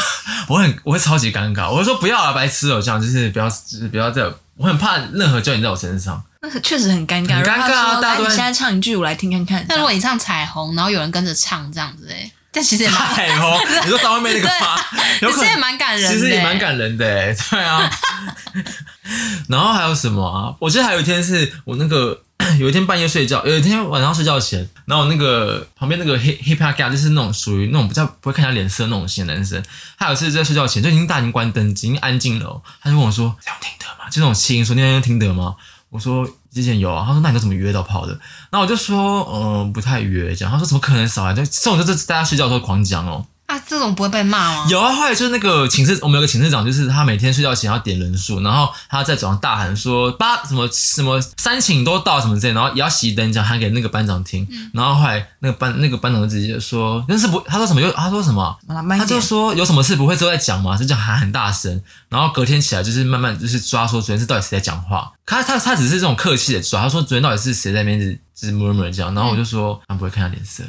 Speaker 2: 我很我会超级尴尬，我就说不要了，白痴哦、这样就是不要，就是不要再，我很怕任何焦点在我 身上。
Speaker 3: 那很确实很尴尬。
Speaker 2: 很尴尬
Speaker 3: 然后
Speaker 2: 啊
Speaker 3: 他说
Speaker 2: 大家
Speaker 3: 来，
Speaker 2: 都
Speaker 3: 你
Speaker 2: 在
Speaker 3: 现在唱一句，我来听看看。这
Speaker 1: 那如
Speaker 3: 样
Speaker 1: 果你唱彩虹，然后有人跟着唱这样子、欸，但其实也蛮，
Speaker 2: 彩虹，哎你说张惠妹那个吗？有
Speaker 1: 其
Speaker 2: 可
Speaker 1: 实也
Speaker 2: 能，
Speaker 1: 蛮感人的、欸，
Speaker 2: 其实也蛮感人的、欸， 对啊。然后还有什么啊？我记得还有一天是我那个 有一天半夜睡觉，有一天晚上睡觉前，然后我那个旁边那个黑黑怕 guy 就是那种属于那种比较不会看人家脸色那种型的男生，他有一次在睡觉前就已经大庭关灯，已经安静了哦，他就问我说：“这样听得吗？”就那种气音说：“你要用听得吗？”我说：“之前有啊。”他说：“那你都怎么约到炮的？”然后我就说：“嗯，不太约。”这样他说：“怎么可能少啊？”就这种就是大家睡觉的时候狂讲哦。
Speaker 1: 啊，这种不会被骂吗？
Speaker 2: 有啊，后来就是那个寝室，我们有个寝室长，就是他每天睡觉前要点人数，然后他在早上大喊说八什么什么三寝都到什么之类，然后也要熄灯，这样喊给那个班长听。然后后来那个班那个班长就直接说，但是不，他说什么又他说什么，
Speaker 3: 好了，慢
Speaker 2: 他
Speaker 3: 一
Speaker 2: 就
Speaker 3: 点。
Speaker 2: 说有什么事不会之后再讲嘛，就这样喊很大声，然后隔天起来就是慢慢就是抓说昨天是到底谁在讲话，他他他只是这种客气的抓，他说昨天到底是谁在那边一直就是 murmur 这样，然后我就说他不会看他脸色，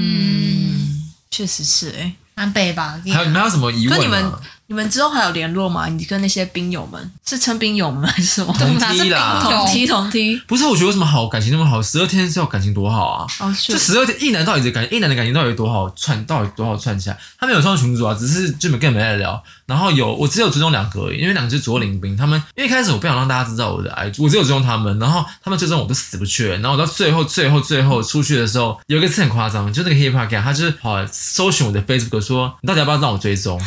Speaker 3: 嗯，确实是哎、
Speaker 1: 蛮北吧？
Speaker 2: 还有你们还有什么疑问啊
Speaker 3: 可
Speaker 2: 吗？
Speaker 3: 你们你们之后还有联络吗？你跟那些兵友们是称兵友们还是什么？
Speaker 1: 对
Speaker 2: 同
Speaker 1: 啦，是
Speaker 2: 梯
Speaker 1: 冰
Speaker 2: 啦
Speaker 1: 桶
Speaker 3: 同梯同梯，
Speaker 2: 不是，啊我觉得有什么好感情那么好？十二天是要感情多好啊！
Speaker 3: 哦，
Speaker 2: 这
Speaker 3: 确实
Speaker 2: 十二天一男到底的感情，一男的感情到底有多好串，到底有多好串起来？他们有上群组啊，只是就没跟没在聊。然后有我只有追踪两个而已，因为两个就是左领兵，他们因为一开始我不想让大家知道我的 IG，我只有追踪他们，然后他们追踪我都死不去。然后我到最后最后最后出去的时候，有一个次很夸张，就那个 hip hop guy，他就是跑来搜寻我的 Facebook 说你到底要不要让我追踪？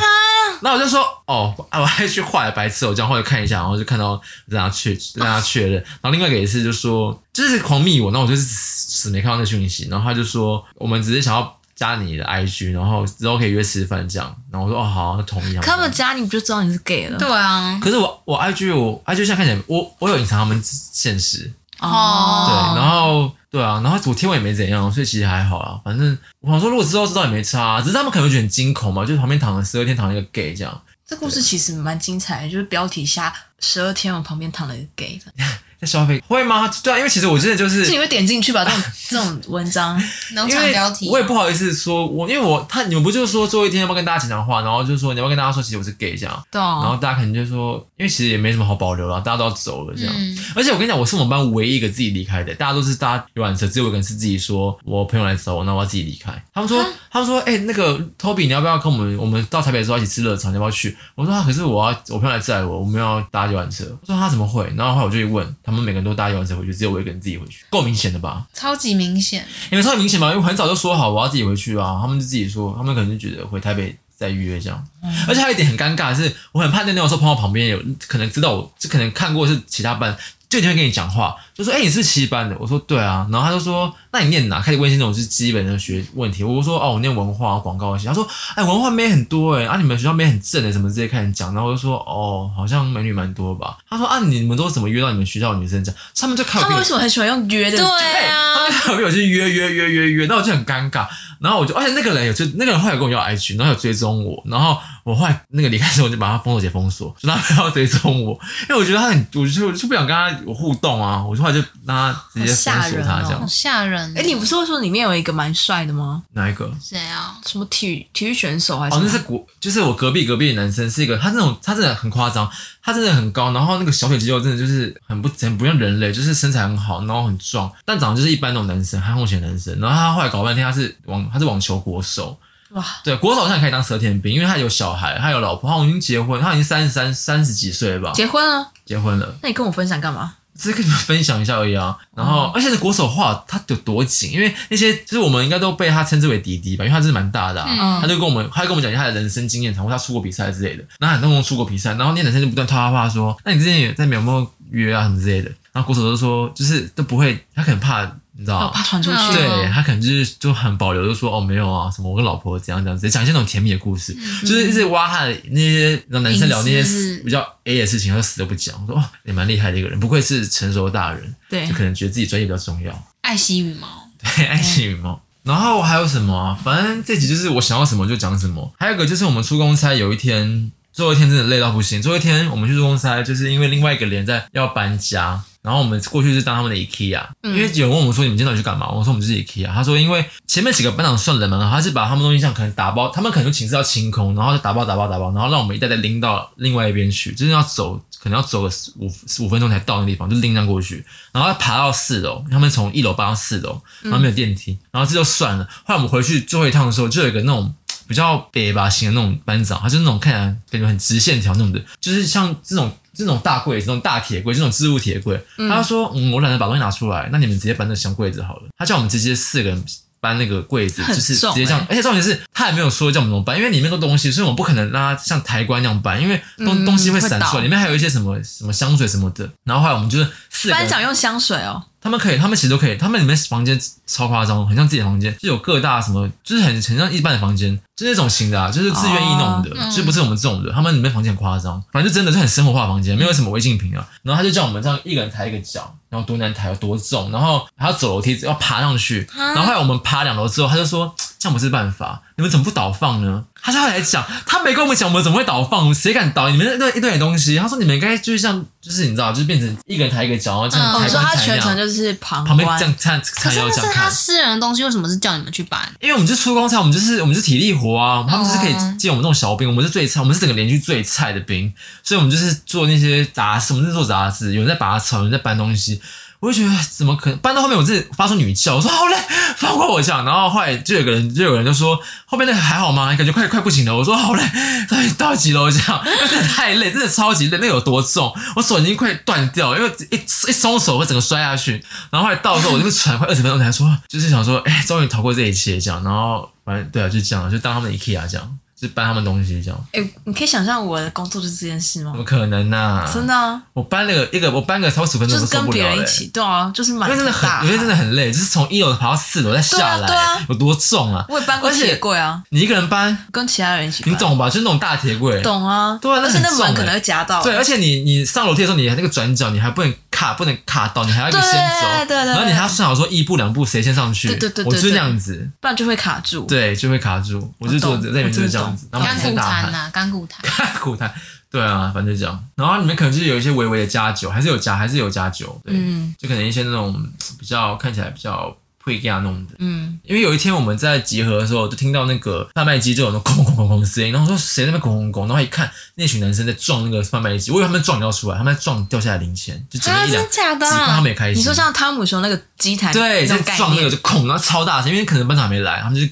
Speaker 2: 那我就说哦，啊我还去画了白痴，我这样后来看一下，然后就看到让他 确让他确认，然后另外一个也是就说就是狂密我，那我就是死死没看到那讯息，然后他就说我们只是想要加你的 IG，然后之后可以约吃饭这样，然后我说哦好，那同意。
Speaker 3: 他们加你不就知道你是 gay 了？
Speaker 1: 对啊，
Speaker 2: 可是我我 IG 我 IG 现在看起来我我有隐藏他们现实，
Speaker 1: 哦
Speaker 2: 对，然后对啊，然后昨天我也没怎样，所以其实还好啦。反正我想说，如果知道知道也没差、啊只是他们可能会觉得很惊恐嘛，就是旁边躺了十二天躺了一个 gay 这样，
Speaker 3: 这故事其实蛮精彩的，就是标题下十二天我旁边躺了一个 gay，的
Speaker 2: 在消费会吗？对啊，因为其实我真的就是
Speaker 3: 是你会点进去吧？ 这种这种文章，
Speaker 1: 农
Speaker 2: 因
Speaker 1: 场
Speaker 2: 为
Speaker 1: 标题，
Speaker 2: 我也不好意思说，我因为我他你们不就是说最后一天要不要跟大家讲讲话，然后就是说你要不要跟大家说其实我是 gay 这样，
Speaker 3: 对
Speaker 2: 然后
Speaker 3: 啊，
Speaker 2: 大家可能就说，因为其实也没什么好保留了，大家都要走了这样。
Speaker 1: 嗯，
Speaker 2: 而且我跟你讲，我是我们班唯一一个自己离开的，大家都是搭游览车，只有我一个人是自己说，我朋友来找我，那我要自己离开。他们说，他们说，哎、那个 Toby，你要不要跟我们？我们到台北的时候一起吃热炒，你要不要去？我说，啊、可是我要我朋友来载我，我们要搭游览车。我说啊他怎么会？然后后来我就去问，他们每个人都搭游览车回去，只有我一个人自己回去，够明显的吧？
Speaker 1: 超级明显，
Speaker 2: 因为超明显嘛，因为我很早就说好我要自己回去啊，他们就自己说，他们可能就觉得回台北再约这样。而且还有一点很尴尬的是，我很怕那种时候朋友旁边有可能知道我，就可能看过是其他班，就一定会跟你讲话，就说：“哎、你是七班的。”我说：“对啊。”然后他就说：“那你念哪？”开始问一些那种是基本的学问题。我说：“哦，我念文化广告系。”他说：“哎、文化妹很多哎、啊，你们学校妹很正的、什么之类。”开始讲，然后我就说：“哦，好像美女蛮多吧？”他说：“啊，你们都怎么约到你们学校的女生这样？”他们就看我
Speaker 3: 他
Speaker 2: 病
Speaker 3: 们为什么很喜欢用约的？
Speaker 1: 对
Speaker 2: 他
Speaker 1: 啊
Speaker 2: 们，还有我就约约约约约，那我就很尴尬。然后我就，而且那个人有追，那个人后来有跟我要 IG，然后有追踪我，然后我后来那个离开之后，我就把他封锁解封锁，就让他不要追踪我，因为我觉得他很，我就我就不想跟他有互动啊，我就后来就让他直接封锁他这样。
Speaker 1: 好吓人。
Speaker 3: 哎，你不是会说里面有一个蛮帅的吗？
Speaker 2: 哪一个？
Speaker 1: 谁啊？
Speaker 3: 什么体育体育选手还是
Speaker 2: 哦
Speaker 3: 什，么？
Speaker 2: 那是国，就是我隔壁隔壁的男生是一个，他这种他真的很夸张，他真的很高，然后那个小腿肌肉真的就是很不很不像人类，就是身材很好，然后很壮，但长得就是一般那种男生，憨厚型的男生。然后他后来搞半天他是网他是网球国手，
Speaker 3: 哇，
Speaker 2: 对，国手好像也可以当蛇天兵，因为他有小孩，他有老婆，他已经结婚，他已经三十三三十几岁了吧，
Speaker 3: 结婚了？
Speaker 2: 结婚了。
Speaker 3: 那你跟我分享干嘛？
Speaker 2: 只是跟你们分享一下而已啊。然后，
Speaker 3: 嗯
Speaker 2: 而且是国手画他有多紧，因为那些就是我们应该都被他称之为弟弟吧，因为他真的蛮大的、啊。
Speaker 1: 嗯
Speaker 2: 他就跟我们，他就跟我们讲一下他的人生经验，然后他出国比赛之类的。然后很多人出国比赛，然后那些男生就不断套他话说：“那你之前有在美有没有约啊什么之类的？”然后国手都说，就是都不会，他可能怕，你知道
Speaker 3: 我
Speaker 2: 吗？
Speaker 3: 哦怕传出去。
Speaker 1: 嗯
Speaker 2: 对他可能就是就很保留，就说哦没有啊，什么我跟老婆怎样怎样，直接讲一些那种甜蜜的故事，就是一直挖他的那些让男生聊那
Speaker 1: 嗯隐
Speaker 2: 些
Speaker 1: 私
Speaker 2: 比较 A 的事情，他就死都不讲。我说哦，也蛮厉害的一个人，不愧是成熟的大人，
Speaker 1: 哎
Speaker 3: 对
Speaker 2: 就可能觉得自己专业比较重要，
Speaker 1: 爱惜羽毛，
Speaker 2: 对，哎爱情羽毛。然后还有什么啊？反正这集就是我想要什么就讲什么。还有一个就是我们出公差，有一天最后一天真的累到不行。最后一天我们去出公差，就是因为另外一个连在要搬家，然后我们过去是当他们的 IKEA，、
Speaker 3: 嗯
Speaker 2: 因为有人问我们说你们今天到底去干嘛？我说我们就是 IKEA。他说因为前面几个班长算人蛮好，他是把他们东西像可能打包，他们可能就寝室要清空，然后就打包打包打包，然后让我们一袋袋拎到另外一边去，就是要走可能要走个十五十五分钟才到那地方，就拎上过去。然后爬到四楼，他们从一楼搬到四楼，
Speaker 3: 嗯
Speaker 2: 然后没有电梯，然后这就算了。后来我们回去最后一趟的时候，就有一个那种比较北吧型的那种班长，他就是那种看起来感觉很直线条那种的，就是像这种这种大柜、这种大铁柜、这种置物铁柜。他就说：“嗯，我懒得把东西拿出来，那你们直接搬那箱柜子好了。”他叫我们直接四个人。搬那个柜子，
Speaker 3: 很
Speaker 2: 就是直
Speaker 3: 重
Speaker 2: 接这样，
Speaker 3: 欸
Speaker 2: 而且重点是他也没有说叫我们怎么搬，因为里面都东西，所以我们不可能让它像抬棺那样搬，因为东、
Speaker 3: 嗯
Speaker 2: 东西会
Speaker 3: 会
Speaker 2: 散出
Speaker 3: 倒
Speaker 2: 来，里面还有一些什么什么香水什么的。然后后来我们就是四个人
Speaker 3: 班长用香水哦，
Speaker 2: 他们可以，他们其实都可以，他们里面房间超夸张，很像自己的房间，就有各大什么，就是很很像一般的房间，就是那种型的、啊，就是自愿意弄的，
Speaker 1: 哦嗯
Speaker 2: 就不是我们这种的。他们里面房间很夸张，反正就真的是很生活化的房间，没有什么违禁品啊。然后他就叫我们这样一个人抬一个脚，然后多难抬有多重，然后还要走楼梯要爬上去。
Speaker 1: 啊
Speaker 2: 然后后来我们爬两楼之后，他就说这样不是办法，你们怎么不倒放呢？他就后来讲，他没跟我们讲我们怎么会倒放，谁敢倒？你们那一堆东西，他说你们应该就是像就是你知道，就是变成一个人抬一个脚，然后这样
Speaker 3: 哦，
Speaker 1: 嗯
Speaker 2: 抬棺
Speaker 3: 你说他
Speaker 2: 材那
Speaker 3: 全
Speaker 2: 样
Speaker 3: 程就是旁
Speaker 2: 旁边
Speaker 3: 观
Speaker 2: 这，样看
Speaker 1: 可
Speaker 2: 看
Speaker 1: 是
Speaker 2: 腰
Speaker 1: 那
Speaker 2: 这
Speaker 1: 是
Speaker 2: 样
Speaker 1: 他
Speaker 2: 看。
Speaker 1: 私人的东西，为什么是叫你们去搬？
Speaker 2: 因为我们就出公差，我们就是我们就是体力活啊，他们就是可以
Speaker 1: 哦
Speaker 2: 借我们这种小兵，我们是最菜，我们是整个连续最菜的兵，所以我们就是做那些杂事，我们是做杂事，有人在拔草，有人在搬东西，我就觉得怎么可能搬到后面，我自己发出女叫，我说好嘞，放过我这样，然后后来就有个人就有人就说后面那个还好吗？感觉快快不行了，我说好嘞，到底到几楼这样， 因为真的太累，真的超级累，那个有多重，我手已经快断掉，因为一一松手会整个摔下去，然后后来到的时候，我这边喘快二十分钟才说，就是想说，哎、终于逃过这一切这样。然后反正对啊，就这样，就当他们的 IKEA 这样，就搬他们东西这样。
Speaker 3: 哎、你可以想象我的工作就是这件事吗
Speaker 2: 怎？么可能呐、
Speaker 3: 真的、啊，
Speaker 2: 我搬了个一个，我搬个超十分
Speaker 3: 就
Speaker 2: 钟都
Speaker 3: 是
Speaker 2: 受
Speaker 3: 跟
Speaker 2: 不
Speaker 3: 别
Speaker 2: 了欸
Speaker 3: 人
Speaker 2: 嘞、
Speaker 3: 一起，对啊，就是蛮
Speaker 2: 因为真的
Speaker 3: 大
Speaker 2: 很，因为真的很累，就是从一楼爬到四楼再下来，
Speaker 3: 对啊对啊
Speaker 2: 有多重啊？
Speaker 3: 我也搬过
Speaker 2: 而且
Speaker 3: 铁柜啊，
Speaker 2: 你一个人搬，
Speaker 3: 跟其他人一起搬，
Speaker 2: 你懂吧？就是那种大铁柜，
Speaker 3: 懂啊，
Speaker 2: 对啊那
Speaker 3: 而且
Speaker 2: 很
Speaker 3: 那
Speaker 2: 重
Speaker 3: 门可
Speaker 2: 欸
Speaker 3: 能会夹到，
Speaker 2: 对，而且你你上楼梯的时候，你还那个转角，你还不能卡不能卡到，你还要一个先走，
Speaker 3: 对对对对
Speaker 2: 然后你还要算好说一步两步谁先上去，
Speaker 3: 对对对对
Speaker 2: 我就是
Speaker 3: 对
Speaker 2: 这样子，
Speaker 3: 不然就会卡住。
Speaker 1: 啊
Speaker 2: 对，就会卡住，我就坐
Speaker 3: 懂
Speaker 2: 在那边就是这
Speaker 3: 我真
Speaker 2: 样
Speaker 3: 的
Speaker 2: 子，
Speaker 3: 懂
Speaker 2: 然后满
Speaker 1: 甘
Speaker 2: 身
Speaker 1: 苦
Speaker 2: 大
Speaker 1: 谈
Speaker 2: 汗，
Speaker 1: 呐，甘苦谈。
Speaker 2: 苦谈，对啊，反正就这样。然后你们可能就是有一些微微的加酒，还是有加，还是有加酒，对，
Speaker 3: 嗯
Speaker 2: 就可能一些那种嗯比较看起来比较不一样弄的。
Speaker 3: 嗯，
Speaker 2: 因为有一天我们在集合的时候，就听到那个贩卖机就有那种咣咣咣咣的声音，然后我说谁在那边咣咣咣，然后一看那群男生在撞那个贩卖机，我以为他们撞料出来，他们在撞掉下来的零钱，就只能
Speaker 1: 啊，
Speaker 2: 一
Speaker 1: 真
Speaker 2: 两
Speaker 1: 的假的
Speaker 2: 几块，他
Speaker 1: 啊？
Speaker 2: 们也开心。
Speaker 3: 你说像汤姆熊那个机台
Speaker 2: 对，
Speaker 3: 那
Speaker 2: 在
Speaker 3: 种概
Speaker 2: 撞那个
Speaker 3: 念，
Speaker 2: 就空，然后超大声，因为可能班长还没来，他们就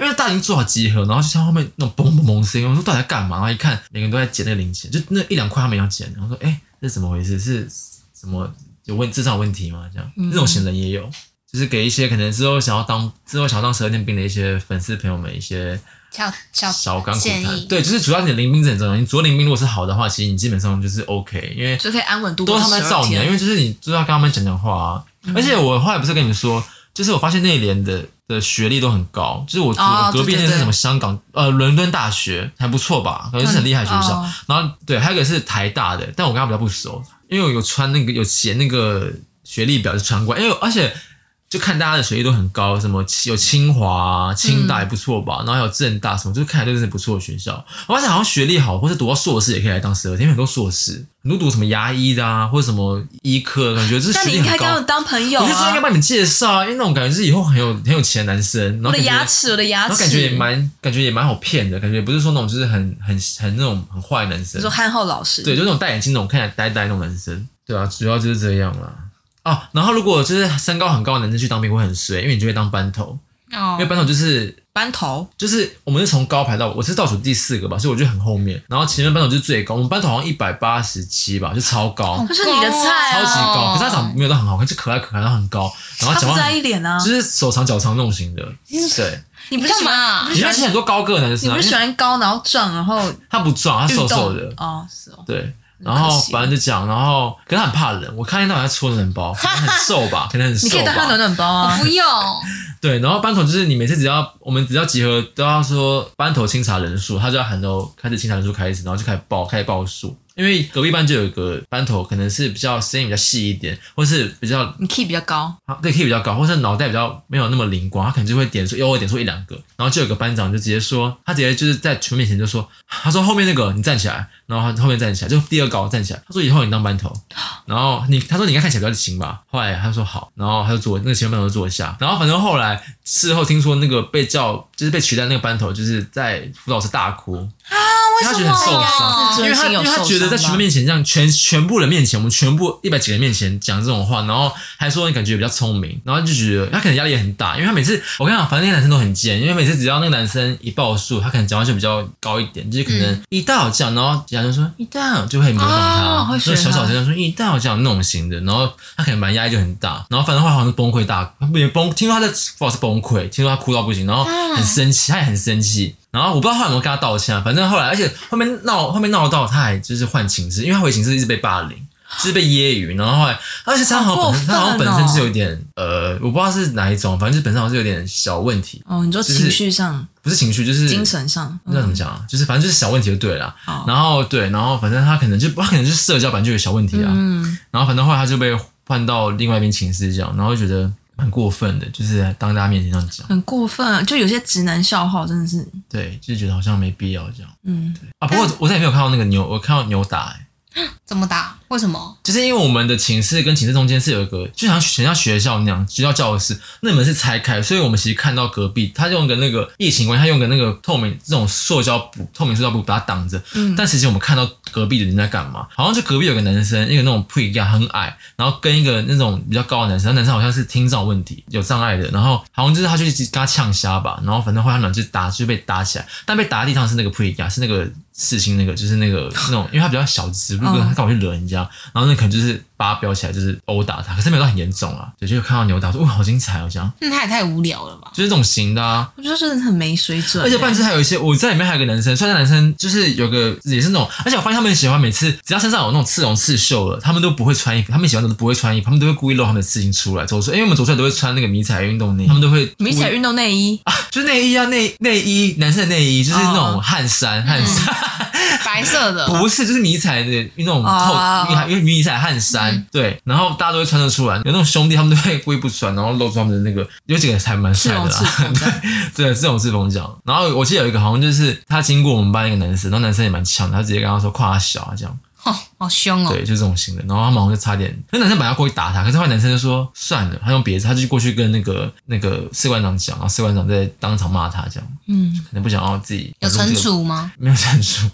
Speaker 2: 因为大家已经做好集合，然后就像后面那种嘣嘣嘣声音，我说到底在干嘛？然后一看，每个人都在捡那个零钱，就那一两块他们要捡，然后说哎、这是怎么回事？是什么有问智商有问题吗？这样
Speaker 3: 嗯
Speaker 2: 这种型人也有，就是给一些可能之后想要当之后想要当十二天兵的一些粉丝朋友们一些
Speaker 1: 小小
Speaker 2: 小甘苦
Speaker 1: 建
Speaker 2: 谈。
Speaker 1: 议，
Speaker 2: 对，就是主要你的临兵是很重要，你主要临兵如果是好的话，其实你基本上就是 OK，因为
Speaker 3: 就可以安稳度
Speaker 2: 都
Speaker 3: 过
Speaker 2: 是他们在造
Speaker 3: 12
Speaker 2: 你啊，
Speaker 3: 天
Speaker 2: 因为就是你就是要跟他们讲讲话啊。
Speaker 3: 嗯
Speaker 2: 而且我后来不是跟你们说，就是我发现内联的的学历都很高，就是我、
Speaker 3: 哦
Speaker 2: 我隔壁
Speaker 3: 对对
Speaker 2: 那是
Speaker 3: 对
Speaker 2: 什么香港呃伦敦大学还不错吧，感觉是很厉害的学校。
Speaker 3: 嗯哦
Speaker 2: 然后对，还有一个是台大的，但我跟他比较不熟，因为我有穿那个有写那个学历表就穿过来，因为而且。就看大家的学历都很高，什么有清华、啊、清大也不错
Speaker 3: 嗯
Speaker 2: 吧，然后还有政大什么，就是看起来都是不错的学校。我发现好像学历好，或者读到硕士也可以来当十二天，因为很多硕士，很多读什么牙医的啊，或者什么医科，感觉就是
Speaker 3: 但
Speaker 2: 学
Speaker 3: 你
Speaker 2: 历
Speaker 3: 应该
Speaker 2: 很
Speaker 3: 跟他
Speaker 2: 高
Speaker 3: 们。当朋友
Speaker 2: 我就说应该
Speaker 3: 啊！
Speaker 2: 帮你们介绍啊，因为那种感觉是以后很有很有钱的男生，然后
Speaker 3: 我的
Speaker 2: 感觉
Speaker 3: 牙齿，我的牙
Speaker 2: 然
Speaker 3: 齿，
Speaker 2: 后感觉也蛮感觉也蛮好骗的，感觉也不是说那种就是很很很那种很坏的男生
Speaker 3: 你说，憨厚老实，
Speaker 2: 对，就那种戴眼镜那种看起来呆呆那种男生，对啊，主要就是这样啦。哦，然后如果就是身高很高的男生去当兵会很衰，因为你就会当班头，因为
Speaker 1: 哦，
Speaker 2: 班头就是
Speaker 3: 班头，
Speaker 2: 就是我们是从高排到我是倒数第四个吧，所以我就很后面。然后前面班头就是最高，我们班头好像一百八十七吧，就超高，
Speaker 3: 就是你的菜
Speaker 2: 超
Speaker 3: 啊
Speaker 2: 级高。可是他长没有到很好看，就可爱可爱，然后很高，然后
Speaker 3: 他
Speaker 2: 讲
Speaker 3: 不
Speaker 2: 话
Speaker 3: 在意脸啊
Speaker 2: 就！是手长脚长那种型的。对，
Speaker 3: 你不是
Speaker 1: 干
Speaker 3: 喜欢
Speaker 1: 嘛
Speaker 3: 你不
Speaker 2: 你
Speaker 3: 是
Speaker 2: 看
Speaker 3: 喜欢
Speaker 2: 现在很多高个的男生
Speaker 3: 你
Speaker 2: 啊，
Speaker 3: 不是
Speaker 2: 因
Speaker 3: 喜
Speaker 2: 为
Speaker 3: 欢高，然后壮，然后
Speaker 2: 他不壮，他
Speaker 3: 运
Speaker 2: 啊瘦
Speaker 3: 动
Speaker 2: 瘦的。
Speaker 3: 哦，是哦，
Speaker 2: 对，然后
Speaker 3: 可惜
Speaker 2: 反正就讲，然后可是他很怕冷，我看见他好像搓 冷包，可能很瘦吧，可能很瘦
Speaker 3: 你可以带他
Speaker 2: 吧
Speaker 3: 暖。暖包 啊
Speaker 1: 不。用，
Speaker 2: 对，然后班头就是你每次只要我们只要集合都要说班头清查人数，他就要喊到开始清查人数开始，然后就开始报开始报数。因为隔壁班就有一个班头，可能是比较声音比较细一点，或是比较
Speaker 3: 你 key 比较高，
Speaker 2: 他对 key 比较高，或是脑袋比较没有那么灵光，他可能就会点出偶尔点出一两个，然后就有个班长就直接说，他直接就是在全面前就说，他说后面那个你站起来，然后他后面站起来，就第二高站起来，他说以后你当班头， 然后你他说你应该看起来比较行吧，后来他就说好，然后他就坐那个前面班头就坐下，然后反正后来事后听说那个被叫就是被取代那个班头就是在辅导室大哭啊，为他觉得很受伤。
Speaker 3: 自
Speaker 2: 因为
Speaker 3: 尊
Speaker 2: 他
Speaker 3: 心
Speaker 2: 因
Speaker 3: 有
Speaker 2: 为他
Speaker 3: 受
Speaker 2: 觉得在
Speaker 3: 伤
Speaker 2: 全
Speaker 3: 吗
Speaker 2: 面？面前这样，全全部人面前，我们全部一百几个人面前讲这种话，然后还说你感觉比较聪明，然后就觉得他啊可能压力也很大，因为他每次我跟你讲，反正那个男生都很贱，因为每次只要那个男生一报数，他可能讲话就比较高一点，就是可能一到这样，然后其他人就说一到就会模仿
Speaker 3: 哦
Speaker 2: 他，
Speaker 3: 会
Speaker 2: 就
Speaker 3: 学
Speaker 2: 小小
Speaker 3: 他
Speaker 2: 声说一到这样那种型的，然后他可能蛮压力就很大，然后反正后来好像是崩溃大，他也崩，听说他在不好是崩溃，听说他哭到不行，然后
Speaker 3: 啊
Speaker 2: 很生气，他也很生气。然后我不知道他有没有跟他道歉啊，反正后来，而且后面闹后面闹到他还就是换寝室，因为他回寝室一直被霸凌，就是被揶揄，然后后来，而且他好像本身、他好
Speaker 3: 好
Speaker 2: 像
Speaker 3: 过分哦
Speaker 2: 本身就有点呃，我不知道是哪一种，反正就本身好像是有点小问题，
Speaker 3: 哦，你说
Speaker 2: 就是
Speaker 3: 情绪上、
Speaker 2: 不是情绪就是
Speaker 3: 精神上，
Speaker 2: 那怎
Speaker 3: 嗯，
Speaker 2: 么讲啊？就是反正就是小问题就对了啊。
Speaker 3: 哦
Speaker 2: 然后对，然后反正他可能就他可能就是社交版就有小问题啊。
Speaker 3: 嗯，
Speaker 2: 然后反正后来他就被换到另外一边寝室这样，然后就觉得蛮过分的，就是当大家面前这样讲，
Speaker 3: 很过分啊！就有些直男笑话真的是，
Speaker 2: 对，就觉得好像没必要这样
Speaker 3: 嗯，
Speaker 2: 啊。不过我再也没有看到那个扭，我看到扭打、欸，
Speaker 1: 怎么打？为什么？
Speaker 2: 就是因为我们的寝室跟寝室中间是有一个，就像很像学校那样，学校教室那门是拆开，所以我们其实看到隔壁，他用个那个疫情关系，他用个那个透明这种塑胶布，透明塑胶布把它挡着。
Speaker 3: 嗯
Speaker 2: 但其实我们看到隔壁的人在干嘛，好像就隔壁有个男生，一个那种不一样很矮，然后跟一个那种比较高的男生，那男生好像是听障问题，有障碍的，然后好像就是他就一直跟他呛瞎吧，然后反正后来他们俩就打就被打起来，但被打的地上是那个不一样，是那个刺青那个，就是那个那种，因为他比较小只，不是
Speaker 3: 嗯
Speaker 2: 他干嘛去惹人家，然后那可能就是把他标起来，就是殴打他，可是没有到很严重啊，对，就看到扭打说哇好精彩哦，这样
Speaker 1: 那他也太无聊了吧？
Speaker 2: 就是这种型的啊。
Speaker 3: 我觉得真的很没水准，
Speaker 2: 而且半只还有一些，我在里面还有一个男生，虽然男生就是有个也是那种，而且我发现他们喜欢每次只要身上有那种刺绒刺绣了，他们都不会穿衣服，他们喜欢的都不会穿衣服，他们都会故意露他们的刺青出来走出哎来，因为我们走出来都会穿那个迷彩运动内，他们都会
Speaker 3: 迷
Speaker 2: 故意
Speaker 3: 彩运动内衣，
Speaker 2: 啊就是内衣啊，内内衣，男生的内衣就是那种
Speaker 3: 哦
Speaker 2: 汗衫，汗衫。
Speaker 1: 白色的，
Speaker 2: 不是，就是迷彩的那种透，
Speaker 3: 哦
Speaker 2: 因为因为迷彩汗衫，
Speaker 1: 嗯
Speaker 2: 对，然后大家都会穿得出来。有那种兄弟，他们都会故意不穿，然后露出他们的那个，有几个还蛮
Speaker 3: 赤
Speaker 2: 帅的啊
Speaker 3: 红赤
Speaker 2: 啦。
Speaker 3: 红的，
Speaker 2: 对，这种是风奖。然后我记得有一个好像就是他经过我们班一个男生，然后男生也蛮强的，他直接跟他说夸他小啊这样，
Speaker 1: 哦，好凶哦
Speaker 2: 对，，就这种型的。然后他马上就差点，那男生本来要过去打他，可是后来男生就说算了，他用别的，他就过去跟那个那个士官长讲，然后士官长在当场骂他这样，
Speaker 3: 嗯，
Speaker 2: 可能不想要自己
Speaker 1: 有
Speaker 2: 这个
Speaker 1: 惩处吗？
Speaker 2: 没有战术，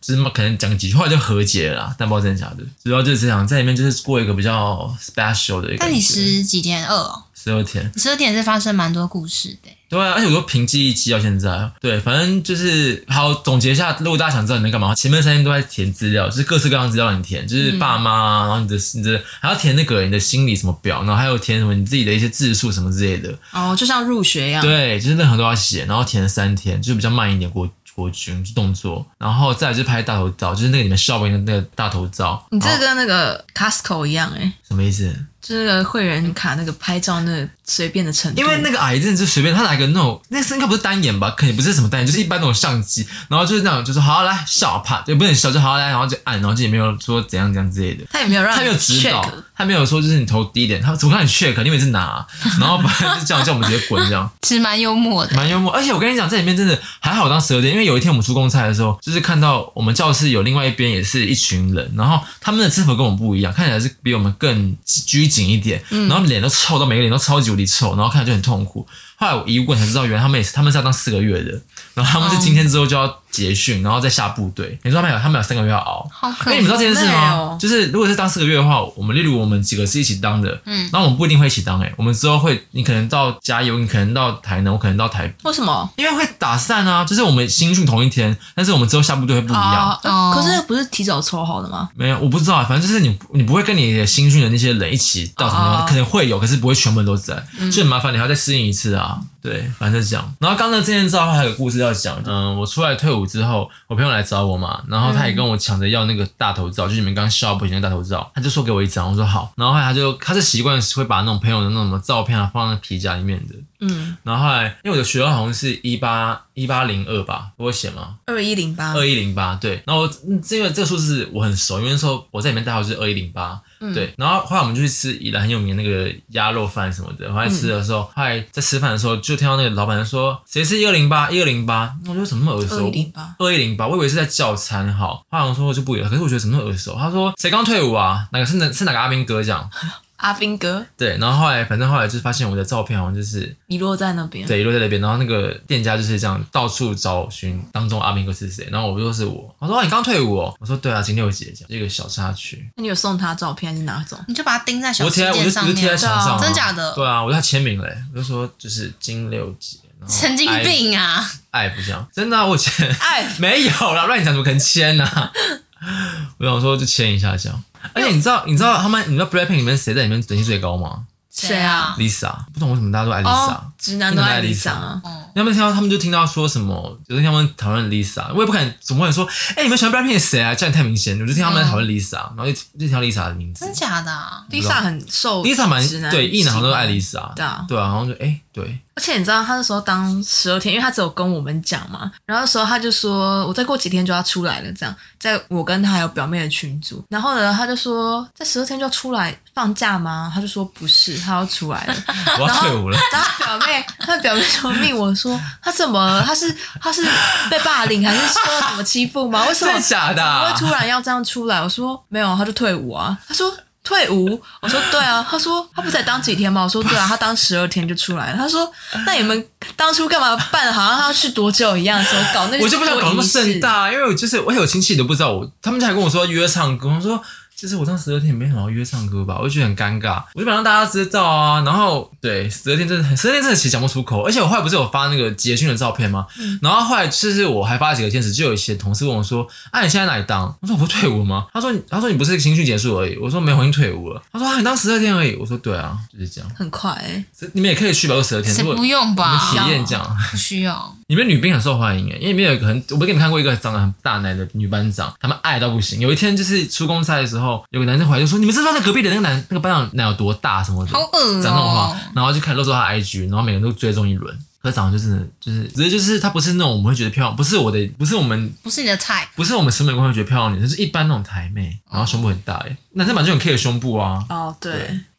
Speaker 2: 只是可能讲几句话就和解了啦，但不知道真的假的。主要就是这样，在里面就是过一个比较 special 的一个感觉。
Speaker 1: 但你十几点二哦，
Speaker 2: 十二天，
Speaker 1: 十二点是发生蛮多故事的。
Speaker 2: 对啊，而且我都凭记忆记到现在。对，反正就是好总结一下，如果大家想知道你在干嘛，前面三天都在填资料，就是各式各样的资料让你填，就是爸妈，然后你的你的还要填那个你的心理什么表，然后还有填什么你自己的一些字数什么之类的。
Speaker 3: 哦，就像入学一样，
Speaker 2: 对，就是任何都要写，然后填了三天，就是比较慢一点国国军动作，然后再来就是拍大头照，就是那个你们校园的那个大头照。
Speaker 3: 你这
Speaker 2: 然后
Speaker 3: 跟那个 Costco 一样，哎，
Speaker 2: 哦什么意思？
Speaker 3: 就是那个会员卡那个拍照那个随便的程度，
Speaker 2: 因为那个癌症就随便他拿一个那种，那是应该不是单眼吧？可能也不是什么单眼，就是一般那种相机，然后就是那种就是好来笑啪，也不能笑，就好来，然后就按，然后就也没有说怎样怎样之类的。
Speaker 3: 他也没有让
Speaker 2: 他没有
Speaker 3: 你
Speaker 2: 指导
Speaker 3: 嗯 check，
Speaker 2: 他没有说就是你头低一点，他怎么让你 check？你以为是拿，然后反正就这样叫我们直接滚这样。
Speaker 1: 其实蛮幽默 的，
Speaker 2: 蛮幽默。而且我跟你讲，这里面真的还好当十二点，因为有一天我们出公差的时候，就是看到我们教室有另外一边也是一群人，然后他们的制服跟我们不一样，看起来是比我们更拘谨一点，
Speaker 1: 嗯
Speaker 2: 然后脸都臭到每个脸都超级无敌臭，然后看起来就很痛苦。后来我一问才知道，原来他们也是他们是要当四个月的，然后他
Speaker 1: 哦
Speaker 2: 们是今天之后就要结训，然后再下部队。你知道没有？他们有三个月要熬。
Speaker 1: 好可
Speaker 2: 哎、
Speaker 1: 爱。
Speaker 2: 你们知道这件事
Speaker 3: 好
Speaker 2: 吗？
Speaker 3: 累哦
Speaker 2: 就是如果是当四个月的话，我们例如我们几个是一起当的，
Speaker 1: 嗯
Speaker 2: 那我们不一定会一起当、欸，哎，我们之后会，你可能到加油，你可能到台南，我可能到台北，
Speaker 3: 为什么？
Speaker 2: 因为会打散啊，就是我们新训同一天，但是我们之后下部队会不一样。
Speaker 3: 哦呃可是那不是提早抽好的吗？
Speaker 2: 没有，我不知道啊，反正就是你，你不会跟你的新训的那些人一起到同样，
Speaker 3: 哦
Speaker 2: 可能会有，可是不会全部人都在，就很麻烦，你还要再适应一次啊。对，反正就这样。然后刚刚这件照还有个故事要讲，嗯，我出来退伍之后，我朋友来找我嘛，然后他也跟我抢着要那个大头照，就是你们刚刚笑不行的大头照，他就说给我一张，我说好，然后后来他就他是习惯会把那种朋友的那种什么照片啊放在皮夹里面的，
Speaker 3: 嗯，
Speaker 2: 然后后来因为我的学校好像是一八一八零二吧，我有写吗？
Speaker 3: 二一零八，
Speaker 2: 二一零八，对。然后我嗯这个这个数字我很熟，因为那时候我在里面代号就是二一零八，对。然后后来我们就去吃宜兰很有名的那个鸭肉饭什么的，后来吃的时候，后来在吃饭的时候就听到那个老板就说谁是一二零八一二零八，那我就怎么那么耳熟？
Speaker 3: 2108
Speaker 2: 二一零八，我以为是在叫餐号。后来我说我就不以为，可是我觉得怎么那么耳熟？他说谁刚退伍啊？哪个是哪是哪个阿兵哥这样？
Speaker 3: 阿兵哥，
Speaker 2: 对。然后后来反正后来就是发现我的照片好像就是
Speaker 3: 遗落在那边，
Speaker 2: 对，一路在那边，然后那个店家就是这样到处找寻当中阿明哥是谁，然后我就说是我，他说、啊、你刚退伍、哦，我说对啊，今天有节这样，一个小插曲，
Speaker 3: 那你有送他照片还是哪种？
Speaker 1: 你就把它钉在小
Speaker 2: 我
Speaker 1: 世
Speaker 2: 贴在我
Speaker 1: 界
Speaker 2: 就
Speaker 1: 上
Speaker 2: 我就贴在
Speaker 1: 面，
Speaker 2: 墙上、啊，
Speaker 1: 真假的
Speaker 2: 对啊，我就他签名嘞，我就说就是金六节，然后
Speaker 1: 神经
Speaker 2: 爱，
Speaker 1: 病啊！
Speaker 2: 爱不像，真的、啊，我签
Speaker 3: 哎，
Speaker 2: 没有啦，乱讲怎么可能签呢、啊？ 我想说就签一下这样，而且你知道你知道他们你知道 Blackpink 里面谁在里面等级最高吗
Speaker 3: 谁啊？
Speaker 2: ？Lisa，不懂为什么大家都爱 Lisa。
Speaker 3: 哦，直男都爱理想啊，
Speaker 1: 哦，
Speaker 2: 他们听到，他们就听到说什么，就是他们讨论 Lisa，我也不敢，总不能说，哎、你们喜欢 Blackpink 谁啊？这样太明显。我就听他们在讨论 Lisa，、然后就就听到 Lisa 的名字
Speaker 1: 真假的啊？
Speaker 3: 丽莎很受
Speaker 2: ，Lisa 蛮
Speaker 3: 直男
Speaker 2: 对，一男好像都爱
Speaker 3: 丽，
Speaker 2: Lisa，
Speaker 3: 对啊
Speaker 2: 对啊，然后就哎、 对，
Speaker 3: 而且你知道他那时候当十二天，因为他只有跟我们讲嘛，然后那时候他就说我再过几天就要出来了，这样，在我跟他还有表妹的群组，然后呢他就说在十二天就要出来放假吗？他就说不是，他要出 来了，
Speaker 2: 我要退伍了，
Speaker 3: 然后表妹，她表妹就命我说，她怎么了？她是她是被霸凌还是受到什么欺负吗？ 为什么
Speaker 2: 真的假的
Speaker 3: 怎
Speaker 2: 啊
Speaker 3: 么会突然要这样出来？我 说没有，她就退伍啊。她说退伍，我说对啊。她说她不才当几天吗？我说对啊，她当十二天就出来了。她说那你们当初干嘛办的？好像她要去多久一样，什么搞那个
Speaker 2: 我就不想搞那么
Speaker 3: 多仪式
Speaker 2: 盛。大，因为我就是我有亲戚都不知道我，他们就还跟我说约唱歌，我说。其实我上十二天也没什么要约唱歌吧，我就觉得很尴尬，我就想让大家知道啊。然后对十二天真的很，十二天真的其实讲不出口，而且我后来不是有发那个捷讯的照片吗？然后后来就是我还发了几个天使，就有一些同事问我说：“啊，你现在哪里当？”我说：“我不是退伍吗？”他说：“你他说你不是新训结束而已。”我说：“没有，我已经退伍了。”他说：“啊，你当十二天而已。”我说：“对啊，就是这样。
Speaker 3: 很快、欸，
Speaker 2: 你们也可以去吧，都十二天。
Speaker 1: 谁
Speaker 2: 哎如果
Speaker 1: 不用
Speaker 2: 你们
Speaker 1: 吧？
Speaker 2: 体验这样。”
Speaker 1: 不需要，
Speaker 2: 里面女兵很受欢迎诶，因为里面有一个很，我不是给你们看过一个长得很大奶的女班长，他们爱到不行。有一天就是出公差的时候，有个男生回来就说：“你们知不知道那隔壁的那个男那个班长奶有多大什么的？”
Speaker 1: 好恶
Speaker 2: 讲这种话
Speaker 1: 哦、，
Speaker 2: 然后就开始露出他的 IG，然后每个人都追踪一轮。可是早上就真的就是，只是就是它不是那种我们会觉得漂亮，不是我的，不是我们
Speaker 1: 不是你的菜
Speaker 2: 不是我们审美观会觉得漂亮的女生，就是一般那种台妹，然后胸部很大哎，男生本来就很 care 胸部啊，
Speaker 3: 哦，对，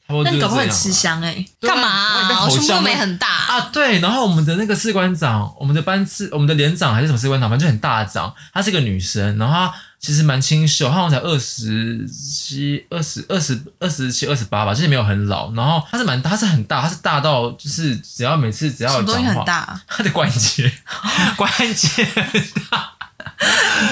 Speaker 2: 差不多
Speaker 3: 那
Speaker 2: 就是
Speaker 3: 你
Speaker 2: 这
Speaker 3: 搞不好
Speaker 2: 样啊。
Speaker 3: 很吃香哎、
Speaker 2: 对啊
Speaker 1: 干嘛
Speaker 2: 然后你被
Speaker 1: 啊？
Speaker 2: 吼
Speaker 1: 我胸
Speaker 2: 笑
Speaker 1: 部没很大，
Speaker 2: 啊，对，然后我们的那个士官长，我们的班次，我们的连长还是什么士官长，反正就很大长，她是个女生，然后她其实蛮清秀，她好像才二十七、二十二十二十七、二十八吧，就是没有很老，然后她是蛮，她是很大，她是大到就是只要每次只要
Speaker 3: 什么东西
Speaker 2: 讲
Speaker 3: 很
Speaker 2: 话，
Speaker 3: 大、啊？
Speaker 2: 她的关 节关节很大。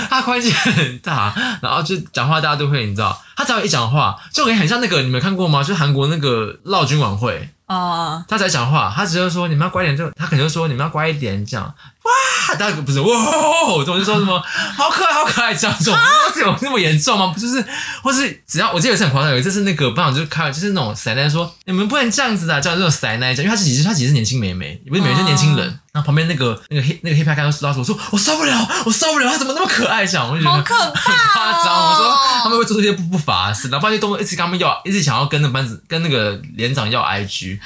Speaker 2: 她关节很大，然后就讲话大家都会，你知道，她只要一讲话，就感觉很像那个，你们看过吗？就韩国那个绕军晚会，
Speaker 3: 哦，
Speaker 2: 他才讲话，他只是说你们要乖一点，就他可能就说你们要乖一点这样。哇，大家不是哇，总是说什么好可爱，好可爱这样这种，这种那么严重吗？不就是，或是只要我记得有一次很夸张，有一次是那个班长就开，就是那种塞奶说你们不能这样子啊的，这样这种塞奶这样，因为他其实他其实是年轻妹妹，也不是妹妹，
Speaker 3: 哦
Speaker 2: 是年轻人。然后旁边那个那个黑那个黑派看到拉着我说我受不了，我受不了，他怎么那么可爱这样，我就觉得
Speaker 1: 好可怕、哦！
Speaker 2: 夸张。我说他们会做这些不不法的事，然后班就动不动一直跟他们要，一直想要跟那班子跟那个连长要 IG，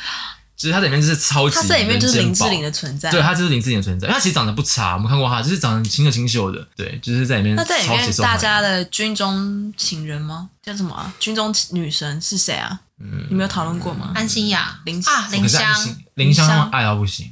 Speaker 2: 其实他在里面就是超级
Speaker 3: 他在里面就是
Speaker 2: 人
Speaker 3: 林
Speaker 2: 间
Speaker 3: 志
Speaker 2: 宝
Speaker 3: 玲的存在。
Speaker 2: 对，他就是林志玲的存在，因为他其实长得不差，我们看过他，就是长得清秀清秀的，对，就是在里面
Speaker 3: 那在里
Speaker 2: 超级
Speaker 3: 面
Speaker 2: 受
Speaker 3: 大
Speaker 2: 欢迎。
Speaker 3: 家的军中情人吗？叫什么、啊？军中女神是谁啊？
Speaker 2: 嗯
Speaker 3: 你们有讨论过吗？
Speaker 1: 安心雅
Speaker 3: 林
Speaker 1: 嗯啊，林
Speaker 2: 可是
Speaker 1: 香
Speaker 2: 安心林香
Speaker 3: 林
Speaker 2: 他
Speaker 3: 香
Speaker 2: 们爱到不行。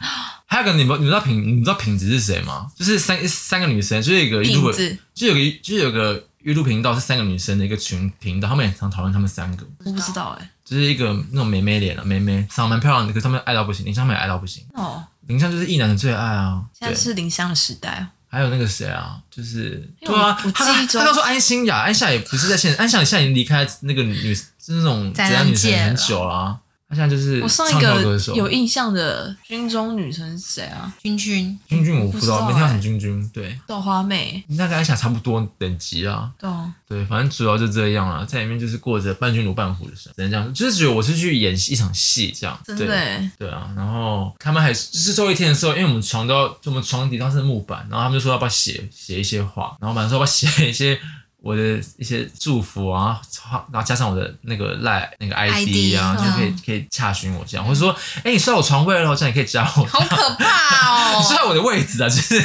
Speaker 2: 还有个你们你知道品你知道品质是谁吗？就是三三个女生，就是有一个 YouTube，
Speaker 3: 品质
Speaker 2: 就有个就有个 YouTube 频道是三个女生的一个群频道，他们也常讨论他们三个。
Speaker 3: 我不知道哎、
Speaker 2: 就是一个那种美眉脸啊，美眉长得蛮漂亮的，可是他们爱到不行，林湘美爱到不行，
Speaker 3: 哦，
Speaker 2: 林湘就是异男的最爱啊。
Speaker 3: 现
Speaker 2: 对
Speaker 3: 在，是林香的时代哦。
Speaker 2: 还有那个谁啊，就是
Speaker 3: 因为
Speaker 2: 对啊
Speaker 3: 我我，
Speaker 2: 他
Speaker 3: 记忆
Speaker 2: 他
Speaker 3: 中
Speaker 2: 刚说安心雅，安心雅也不是在现，安心雅现在已经离开那个女，就是那种
Speaker 1: 宅
Speaker 2: 宅
Speaker 1: 男
Speaker 2: 男女神
Speaker 1: 界了
Speaker 2: 很久啦、啊。她现在就是
Speaker 3: 我上一
Speaker 2: 唱跳歌
Speaker 3: 个
Speaker 2: 手，
Speaker 3: 有印象的军中女神是谁啊？
Speaker 1: 君君，
Speaker 2: 君君我不知道，
Speaker 3: 不知道
Speaker 2: 没听到什么
Speaker 3: 欸
Speaker 2: 君君，对，
Speaker 3: 豆花妹，
Speaker 2: 那跟安心雅差不多等级啊。
Speaker 3: 对哦，
Speaker 2: 对，反正主要就这样啦，在里面就是过着半君如半虎的生活，只能这样，就是觉得我是去演一场戏这样，
Speaker 3: 真
Speaker 2: 对
Speaker 3: 的哎，
Speaker 2: 对啊，然后他们还是就是最后一天的时候，因为我们床都要，就我们床底上是木板，然后他们就说要不要写写一些话，然后晚上说要不要写一些我的一些祝福啊，然后加上我的那个赖那个 ID 啊，
Speaker 1: ID
Speaker 2: 就可以
Speaker 3: 嗯
Speaker 2: 可以洽询我这样，或者说，哎、你睡到我床位了，这样你可以加我，
Speaker 1: 好可怕
Speaker 2: 你睡
Speaker 1: 哦！
Speaker 2: 到我的位置啊，就是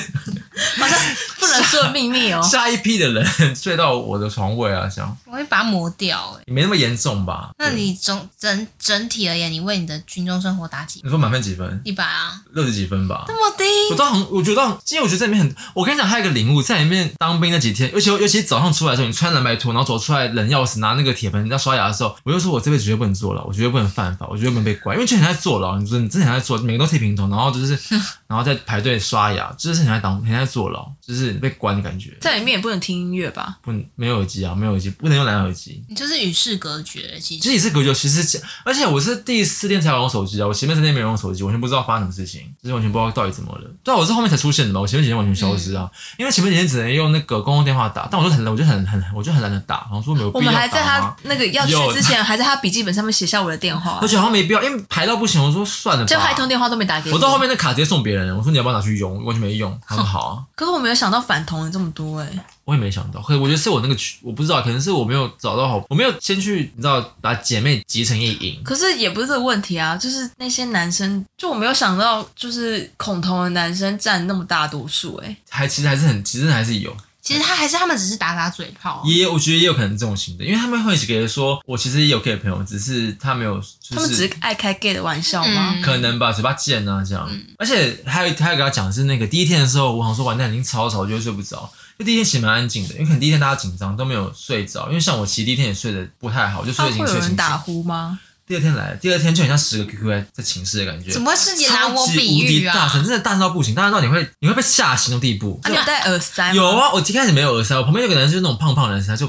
Speaker 3: 好像不能说的秘密 哦。
Speaker 2: 下一批的人睡到我的床位啊，这样
Speaker 1: 我会把它磨掉、欸。
Speaker 2: 也没那么严重吧？
Speaker 1: 那
Speaker 2: 对
Speaker 1: 你总整整体而言，你为你的军中生活打几分？
Speaker 2: 你说满分几分？
Speaker 1: 一百啊，
Speaker 2: 六十几分吧？
Speaker 1: 那么低，
Speaker 2: 我倒很，我觉得，因为我觉得在里面很，我跟你讲，还有一个领悟，在里面当兵那几天，尤其尤其早上出来的时候，你穿蓝白拖，然后走出来冷钥匙，拿那个铁盆要刷牙的时候，我就说我这辈子绝对不能坐牢，我绝对不能犯法，我绝对不能被关，因为就很像在坐牢，你说你真的很像在坐，每个人都剃平头，然后就是然后在排队刷牙，就是很像在当很像在坐牢，就是你被关的感觉。
Speaker 3: 在里面也不能听音乐吧？
Speaker 2: 不，没有耳机啊，没有耳机，不能用蓝牙耳机。
Speaker 1: 你就是与世隔绝欸。其
Speaker 2: 其
Speaker 1: 实
Speaker 2: 实也是隔绝，其实而且我是第四天才有用手机啊，我前面三天没有用手机，完全不知道发生什么事情，就是完全不知道到底怎么了。对啊，我是后面才出现的嘛，我前面几天完全消失啊，
Speaker 3: 嗯
Speaker 2: 因为前面几天只能用那个公共电话打，但我就很懒，我就很很我就很懒得打，我说没有
Speaker 3: 我
Speaker 2: 必要
Speaker 3: 们
Speaker 2: 打啊
Speaker 3: 还在
Speaker 2: 吗
Speaker 3: 他那个要去
Speaker 2: 有
Speaker 3: 之前，还在他笔记本上面写下我的电话
Speaker 2: 我，觉得好像没必要，因为排到不行，我说算了吧。
Speaker 3: 就他一通电话都没打给
Speaker 2: 我到后。面那卡直接送别人了，我说你要不要拿去用，完全没用。他说好啊，
Speaker 3: 可是我没有想到反同人这么多哎，
Speaker 2: 我也没想到，可是我觉得是我那个区，我不知道，可能是我没有找到好，我没有先去你知道把姐妹集成一营，
Speaker 3: 可是也不是这个问题啊，就是那些男生，就我没有想到，就是恐同的男生占那么大多数哎。
Speaker 2: 还其实还是很，其实还是有。
Speaker 1: 其实他还是他们只是打打嘴炮，
Speaker 2: 也有我觉得也有可能这种型的，因为他们会觉得说，我其实也有 gay 朋友，只是他没有，
Speaker 3: 他
Speaker 2: 就
Speaker 3: 们只
Speaker 2: 是
Speaker 3: 是爱开 gay 的玩笑吗？
Speaker 1: 嗯
Speaker 2: 可能吧，嘴巴贱啊这样。而且还有还有给他讲的是那个第一天的时候，我想说完蛋，已经吵吵，我就会睡不着。就第一天其实蛮安静的，因为可能第一天大家紧张都没有睡着，因为像我其实第一天也睡得不太好，就睡
Speaker 3: 他
Speaker 2: 得已
Speaker 3: 会
Speaker 2: 经
Speaker 3: 有
Speaker 2: 睡
Speaker 3: 人
Speaker 2: 醒。
Speaker 3: 打呼吗？
Speaker 2: 第二天来，第二天就很像十个 QQ 在在寝室的感觉，
Speaker 1: 怎么会是你拿
Speaker 2: 超
Speaker 1: 我
Speaker 2: 级
Speaker 1: 比
Speaker 2: 无敌
Speaker 1: 喻
Speaker 2: 大
Speaker 1: 啊？
Speaker 2: 声，真的大声到不行，大声到你会你会被吓醒那种地步。
Speaker 3: 啊，你有戴耳塞吗？
Speaker 2: 有啊，我一开始没有耳塞，我旁边有个男生就是那种胖胖的男生，他就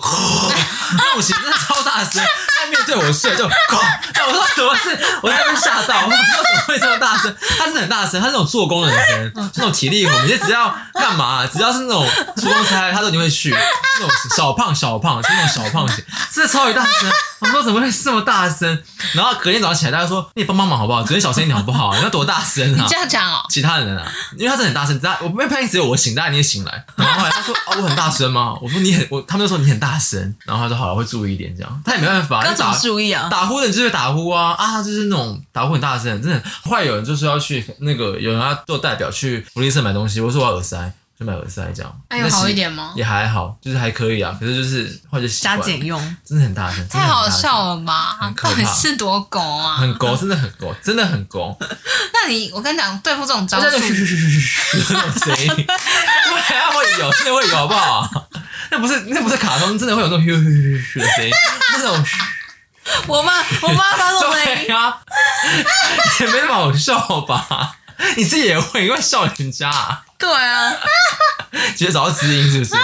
Speaker 2: 那我其实真的超大声，他面对我睡就但我说怎么是，我在被吓到，我不知道怎么会这么大声，他是很大声，他是那种做工的男生，是那种体力活，你就只要干嘛，只要是那种出公差，他都一定会去，那种小胖小胖，是那种小胖型，真的超级大声。我说怎么会这么大声？然后隔天早上起来，大家说你帮帮忙好不好？昨天小声一点好不好？你要多大声啊
Speaker 1: 你？这样讲哦，
Speaker 2: 其他人啊，因为他真的很大声，他我被判定只有我醒，大家你也醒来。然后后来 哦他说：“啊、我很大声吗？”我说：“你很我。”他们就说：“你很大声。”然后他说：“好了，会注意一点。”这样他也没办法，就
Speaker 3: 要怎么
Speaker 2: 打
Speaker 3: 注意啊？
Speaker 2: 打呼的人就是打呼啊啊，就是那种打呼很大声，真的。后来有人就是要去那个有人要做代表去福利社买东西，我说我要耳塞，就买耳塞这样。
Speaker 1: 那有
Speaker 2: 但是
Speaker 1: 哎好一点哦吗？
Speaker 2: 也还好，就是还可以啊。可是就是后来就习
Speaker 3: 加
Speaker 2: 惯
Speaker 3: 减，用，
Speaker 2: 真的很大声，
Speaker 1: 太
Speaker 2: 真的很
Speaker 1: 好
Speaker 2: 大声
Speaker 1: 笑，了吧
Speaker 2: 很！可
Speaker 1: 到
Speaker 2: 怕
Speaker 1: 底是多狗啊？
Speaker 2: 很狗，真的很狗，真的很狗。
Speaker 1: 那你我跟你讲，对付这种招
Speaker 2: 就
Speaker 1: 数
Speaker 2: 咻，咻咻咻咻咻那 种声音，对啊，会有，真的会有，好不好？ 那不是那不是卡通，真的会有那种咻咻咻咻的声音，那种咻
Speaker 3: 我妈我妈发 出声
Speaker 2: 对
Speaker 3: 音，
Speaker 2: 呀、也没那么好笑吧？ 你自己也会，因为笑人家、啊，
Speaker 3: 对啊，
Speaker 2: 直接找到知音是不是？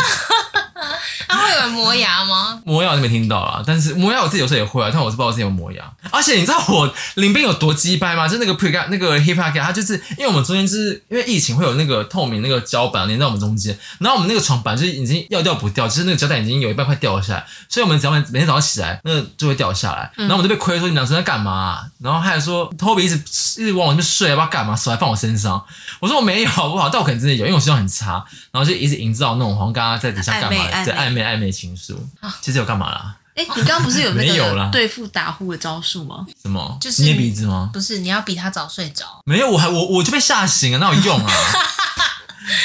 Speaker 1: 他会有人磨牙吗？
Speaker 2: 磨牙我就没听到啦，但是磨牙我自己有时候也会啊，但我是不知道我自己有磨牙。而且你知道我林斌有多鸡掰吗？就那个 pre 那个 hip hop guy，他就是因为我们中间就是因为疫情会有那个透明那个胶板连在我们中间，然后我们那个床板就是已经要掉不掉，就是那个胶带已经有一半快掉下来，所以我们只要每天早上起来，那个就会掉下来。然后我们就被亏说你们俩昨天在干嘛啊、然后他还说 Toby 一直一直往我那边睡，要不知道干嘛，手还放我身上。我说我没有 好不好？但我可能真的有，因为我信用很差，然后就一直营造那种好像刚刚在底下干嘛
Speaker 3: 暧昧，啊
Speaker 2: 对
Speaker 3: 暧
Speaker 2: 暧昧暧昧情愫。其实有干嘛啦？
Speaker 3: 哎，你刚刚不是有那
Speaker 2: 没有啦
Speaker 3: 个对付打呼的招数吗？
Speaker 2: 什么？
Speaker 1: 就是
Speaker 2: 捏鼻子吗？
Speaker 1: 不是，你要比他早睡着，
Speaker 2: 没有，我还我我就被吓醒了，那 有用啊？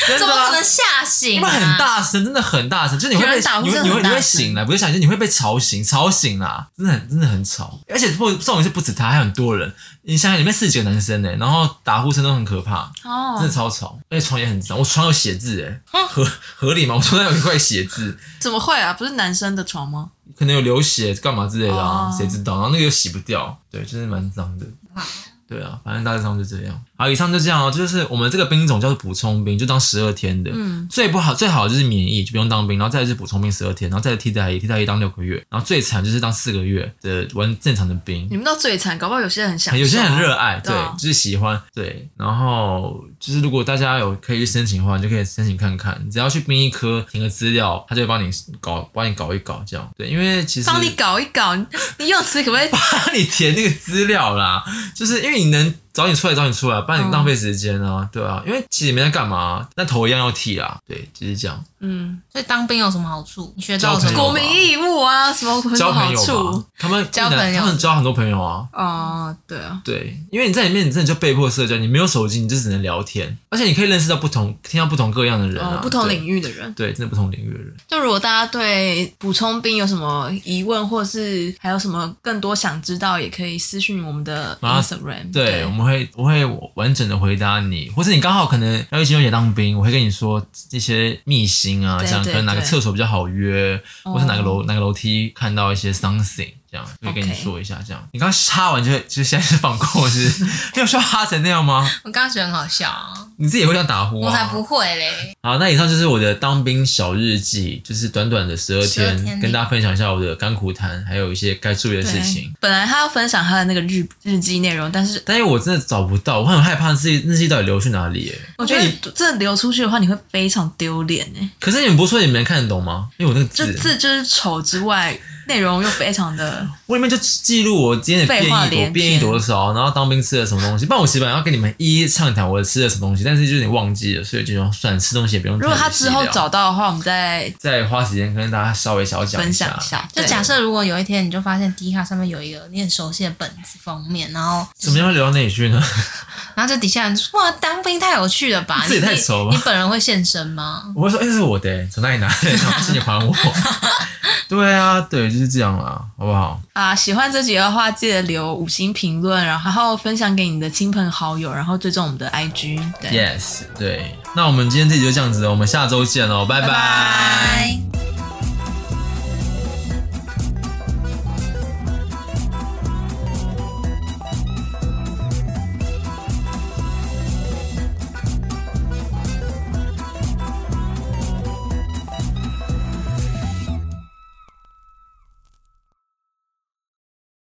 Speaker 2: 真的
Speaker 1: 怎么
Speaker 2: 啊
Speaker 1: 哦可能吓醒
Speaker 2: 因为
Speaker 1: 啊？
Speaker 2: 很大声，真的很大声，就是你会
Speaker 3: 有
Speaker 2: 被
Speaker 3: 人打呼
Speaker 2: 你会
Speaker 3: 真的
Speaker 2: 你会
Speaker 3: 很
Speaker 2: 你
Speaker 3: 大
Speaker 2: 会
Speaker 3: 声
Speaker 2: 醒来，不是吓醒，你会被吵醒，吵醒啦，真的很真的很吵，而且不重点是不止他，还有很多人，你想想里面四十几个男生呢、欸然后打呼声都很可怕，真
Speaker 3: 哦
Speaker 2: 的，超吵，而且床也很脏，我床有写字哎、合合理吗？我床上有一块写字，
Speaker 3: 怎么会啊？不是男生的床吗？
Speaker 2: 可能有流血干嘛之类的啊，
Speaker 3: 哦
Speaker 2: 谁、知道？然后那个又洗不掉，对，就是蛮脏的。对啊，反正大致上就这样。好，以上就这样哦，就是我们这个兵种叫做补充兵，就当十二天的。嗯，最不好最好的就是免役，就不用当兵，然后再来就是补充兵十二天，然后再来替代役，替代役当六个月，然后最惨就是当四个月的玩正常的兵
Speaker 3: 你。们到最惨，搞不好有些人很想，
Speaker 2: 哎有些人很热爱，对
Speaker 3: 对啊，
Speaker 2: 就是喜欢，对。然后就是如果大家有可以去申请的话，你就可以申请看看。你只要去兵役科填个资料，他就会帮你搞，帮你搞一搞这样。对，因为其实
Speaker 3: 帮你搞一搞，你你用词可不 可以？
Speaker 2: 帮你填那个资料啦，就是因为你能早点出来，早点出来，不然
Speaker 3: 嗯
Speaker 2: 你浪费时间啊，对啊，因为其实也没在干嘛、啊那头一样要剃啦，对，就是这样，
Speaker 3: 嗯，
Speaker 1: 所以当兵有什么好处？你学到了
Speaker 2: 交
Speaker 1: 什
Speaker 2: 朋
Speaker 1: 么？
Speaker 2: 友
Speaker 3: 国民义务啊，什么有什
Speaker 2: 交
Speaker 3: 么
Speaker 2: 朋
Speaker 3: 好
Speaker 2: 友
Speaker 3: 处
Speaker 2: 吧？，他 们
Speaker 1: 交朋友
Speaker 2: 他们交很多朋友啊，
Speaker 3: 哦，对啊，
Speaker 2: 对，因为你在里面，你真的就被迫社交，你没有手机，你就只能聊天，而且你可以认识到不同，听到不同各样的人啊，
Speaker 3: 哦，不同
Speaker 2: 对
Speaker 3: 领域的人。
Speaker 2: 对，真的不同领域的人。
Speaker 3: 就如果大家对补充兵有什么疑问，或是还有什么更多想知道，也可以私讯我们的
Speaker 2: 啊
Speaker 3: Instagram
Speaker 2: 对，我们会我会完整的回答你，或是你刚好可能要一起用也当兵，我会跟你说一些秘辛啊，
Speaker 3: 对
Speaker 2: 这样可
Speaker 3: 对
Speaker 2: 能哪个
Speaker 3: 对
Speaker 2: 厕所比较好约，
Speaker 3: 哦
Speaker 2: 或是哪个楼哪个楼梯看到一些 something。这样会跟你
Speaker 3: OK
Speaker 2: 说一下，这样你刚插完就会就现在是放过，是 不是你有需要哈成那样吗？
Speaker 1: 我刚刚觉得很好笑啊，
Speaker 2: 你自己也会这样打呼
Speaker 1: 我
Speaker 2: 啊？
Speaker 1: 才不会嘞。
Speaker 2: 好，那以上就是我的当兵小日记，就是短短的十二天，
Speaker 1: 12天
Speaker 2: 跟大家分享一下我的甘苦谈，还有一些该注意的事情。。
Speaker 3: 本来他要分享他的那个日日记内容，但是
Speaker 2: 但因为我真的找不到，我很害怕自己日记到底流去哪里、欸。
Speaker 3: 我觉得真的流出去的话，你会非常丢脸哎。
Speaker 2: 可是你们不是说你们能看得懂吗？因为我那个
Speaker 3: 这
Speaker 2: 字，
Speaker 3: 字就是丑之外，内容又非常 的
Speaker 2: 我里面就记录我今天的变
Speaker 3: 废话连
Speaker 2: 异多
Speaker 3: 篇
Speaker 2: 变异多少，然后当兵吃了什么东西。不然我其实本来要跟你们一一畅谈我吃了什么东西，但是就有点忘记了，所以就算了吃东西也不用太
Speaker 3: 如
Speaker 2: 细聊。
Speaker 3: 果他之后找到的话，我们再
Speaker 2: 再花时间跟大家稍微小讲
Speaker 3: 分享一下。
Speaker 1: 就
Speaker 3: 对
Speaker 1: 假设如果有一天你就发现迪卡上面有一个你很熟悉的本子封面，然后
Speaker 2: 怎么样会流到那里去呢？
Speaker 1: 然后就底下人说哇，当兵太有趣了吧？
Speaker 2: 这也
Speaker 1: 你
Speaker 2: 太熟了吧
Speaker 1: 你本人会现身吗？
Speaker 2: 我会说：“哎、这是我的、从哪里拿 的？然后请你还我。”对啊，对，就是这样啦，好不好？
Speaker 3: 啊，喜欢这集的话，记得留五星评论，然后分享给你的亲朋好友，然后追踪我们的 IG。对。
Speaker 2: 哦 Yes，对，那我们今天这集就这样子了，我们下周见喽，拜拜
Speaker 1: 拜。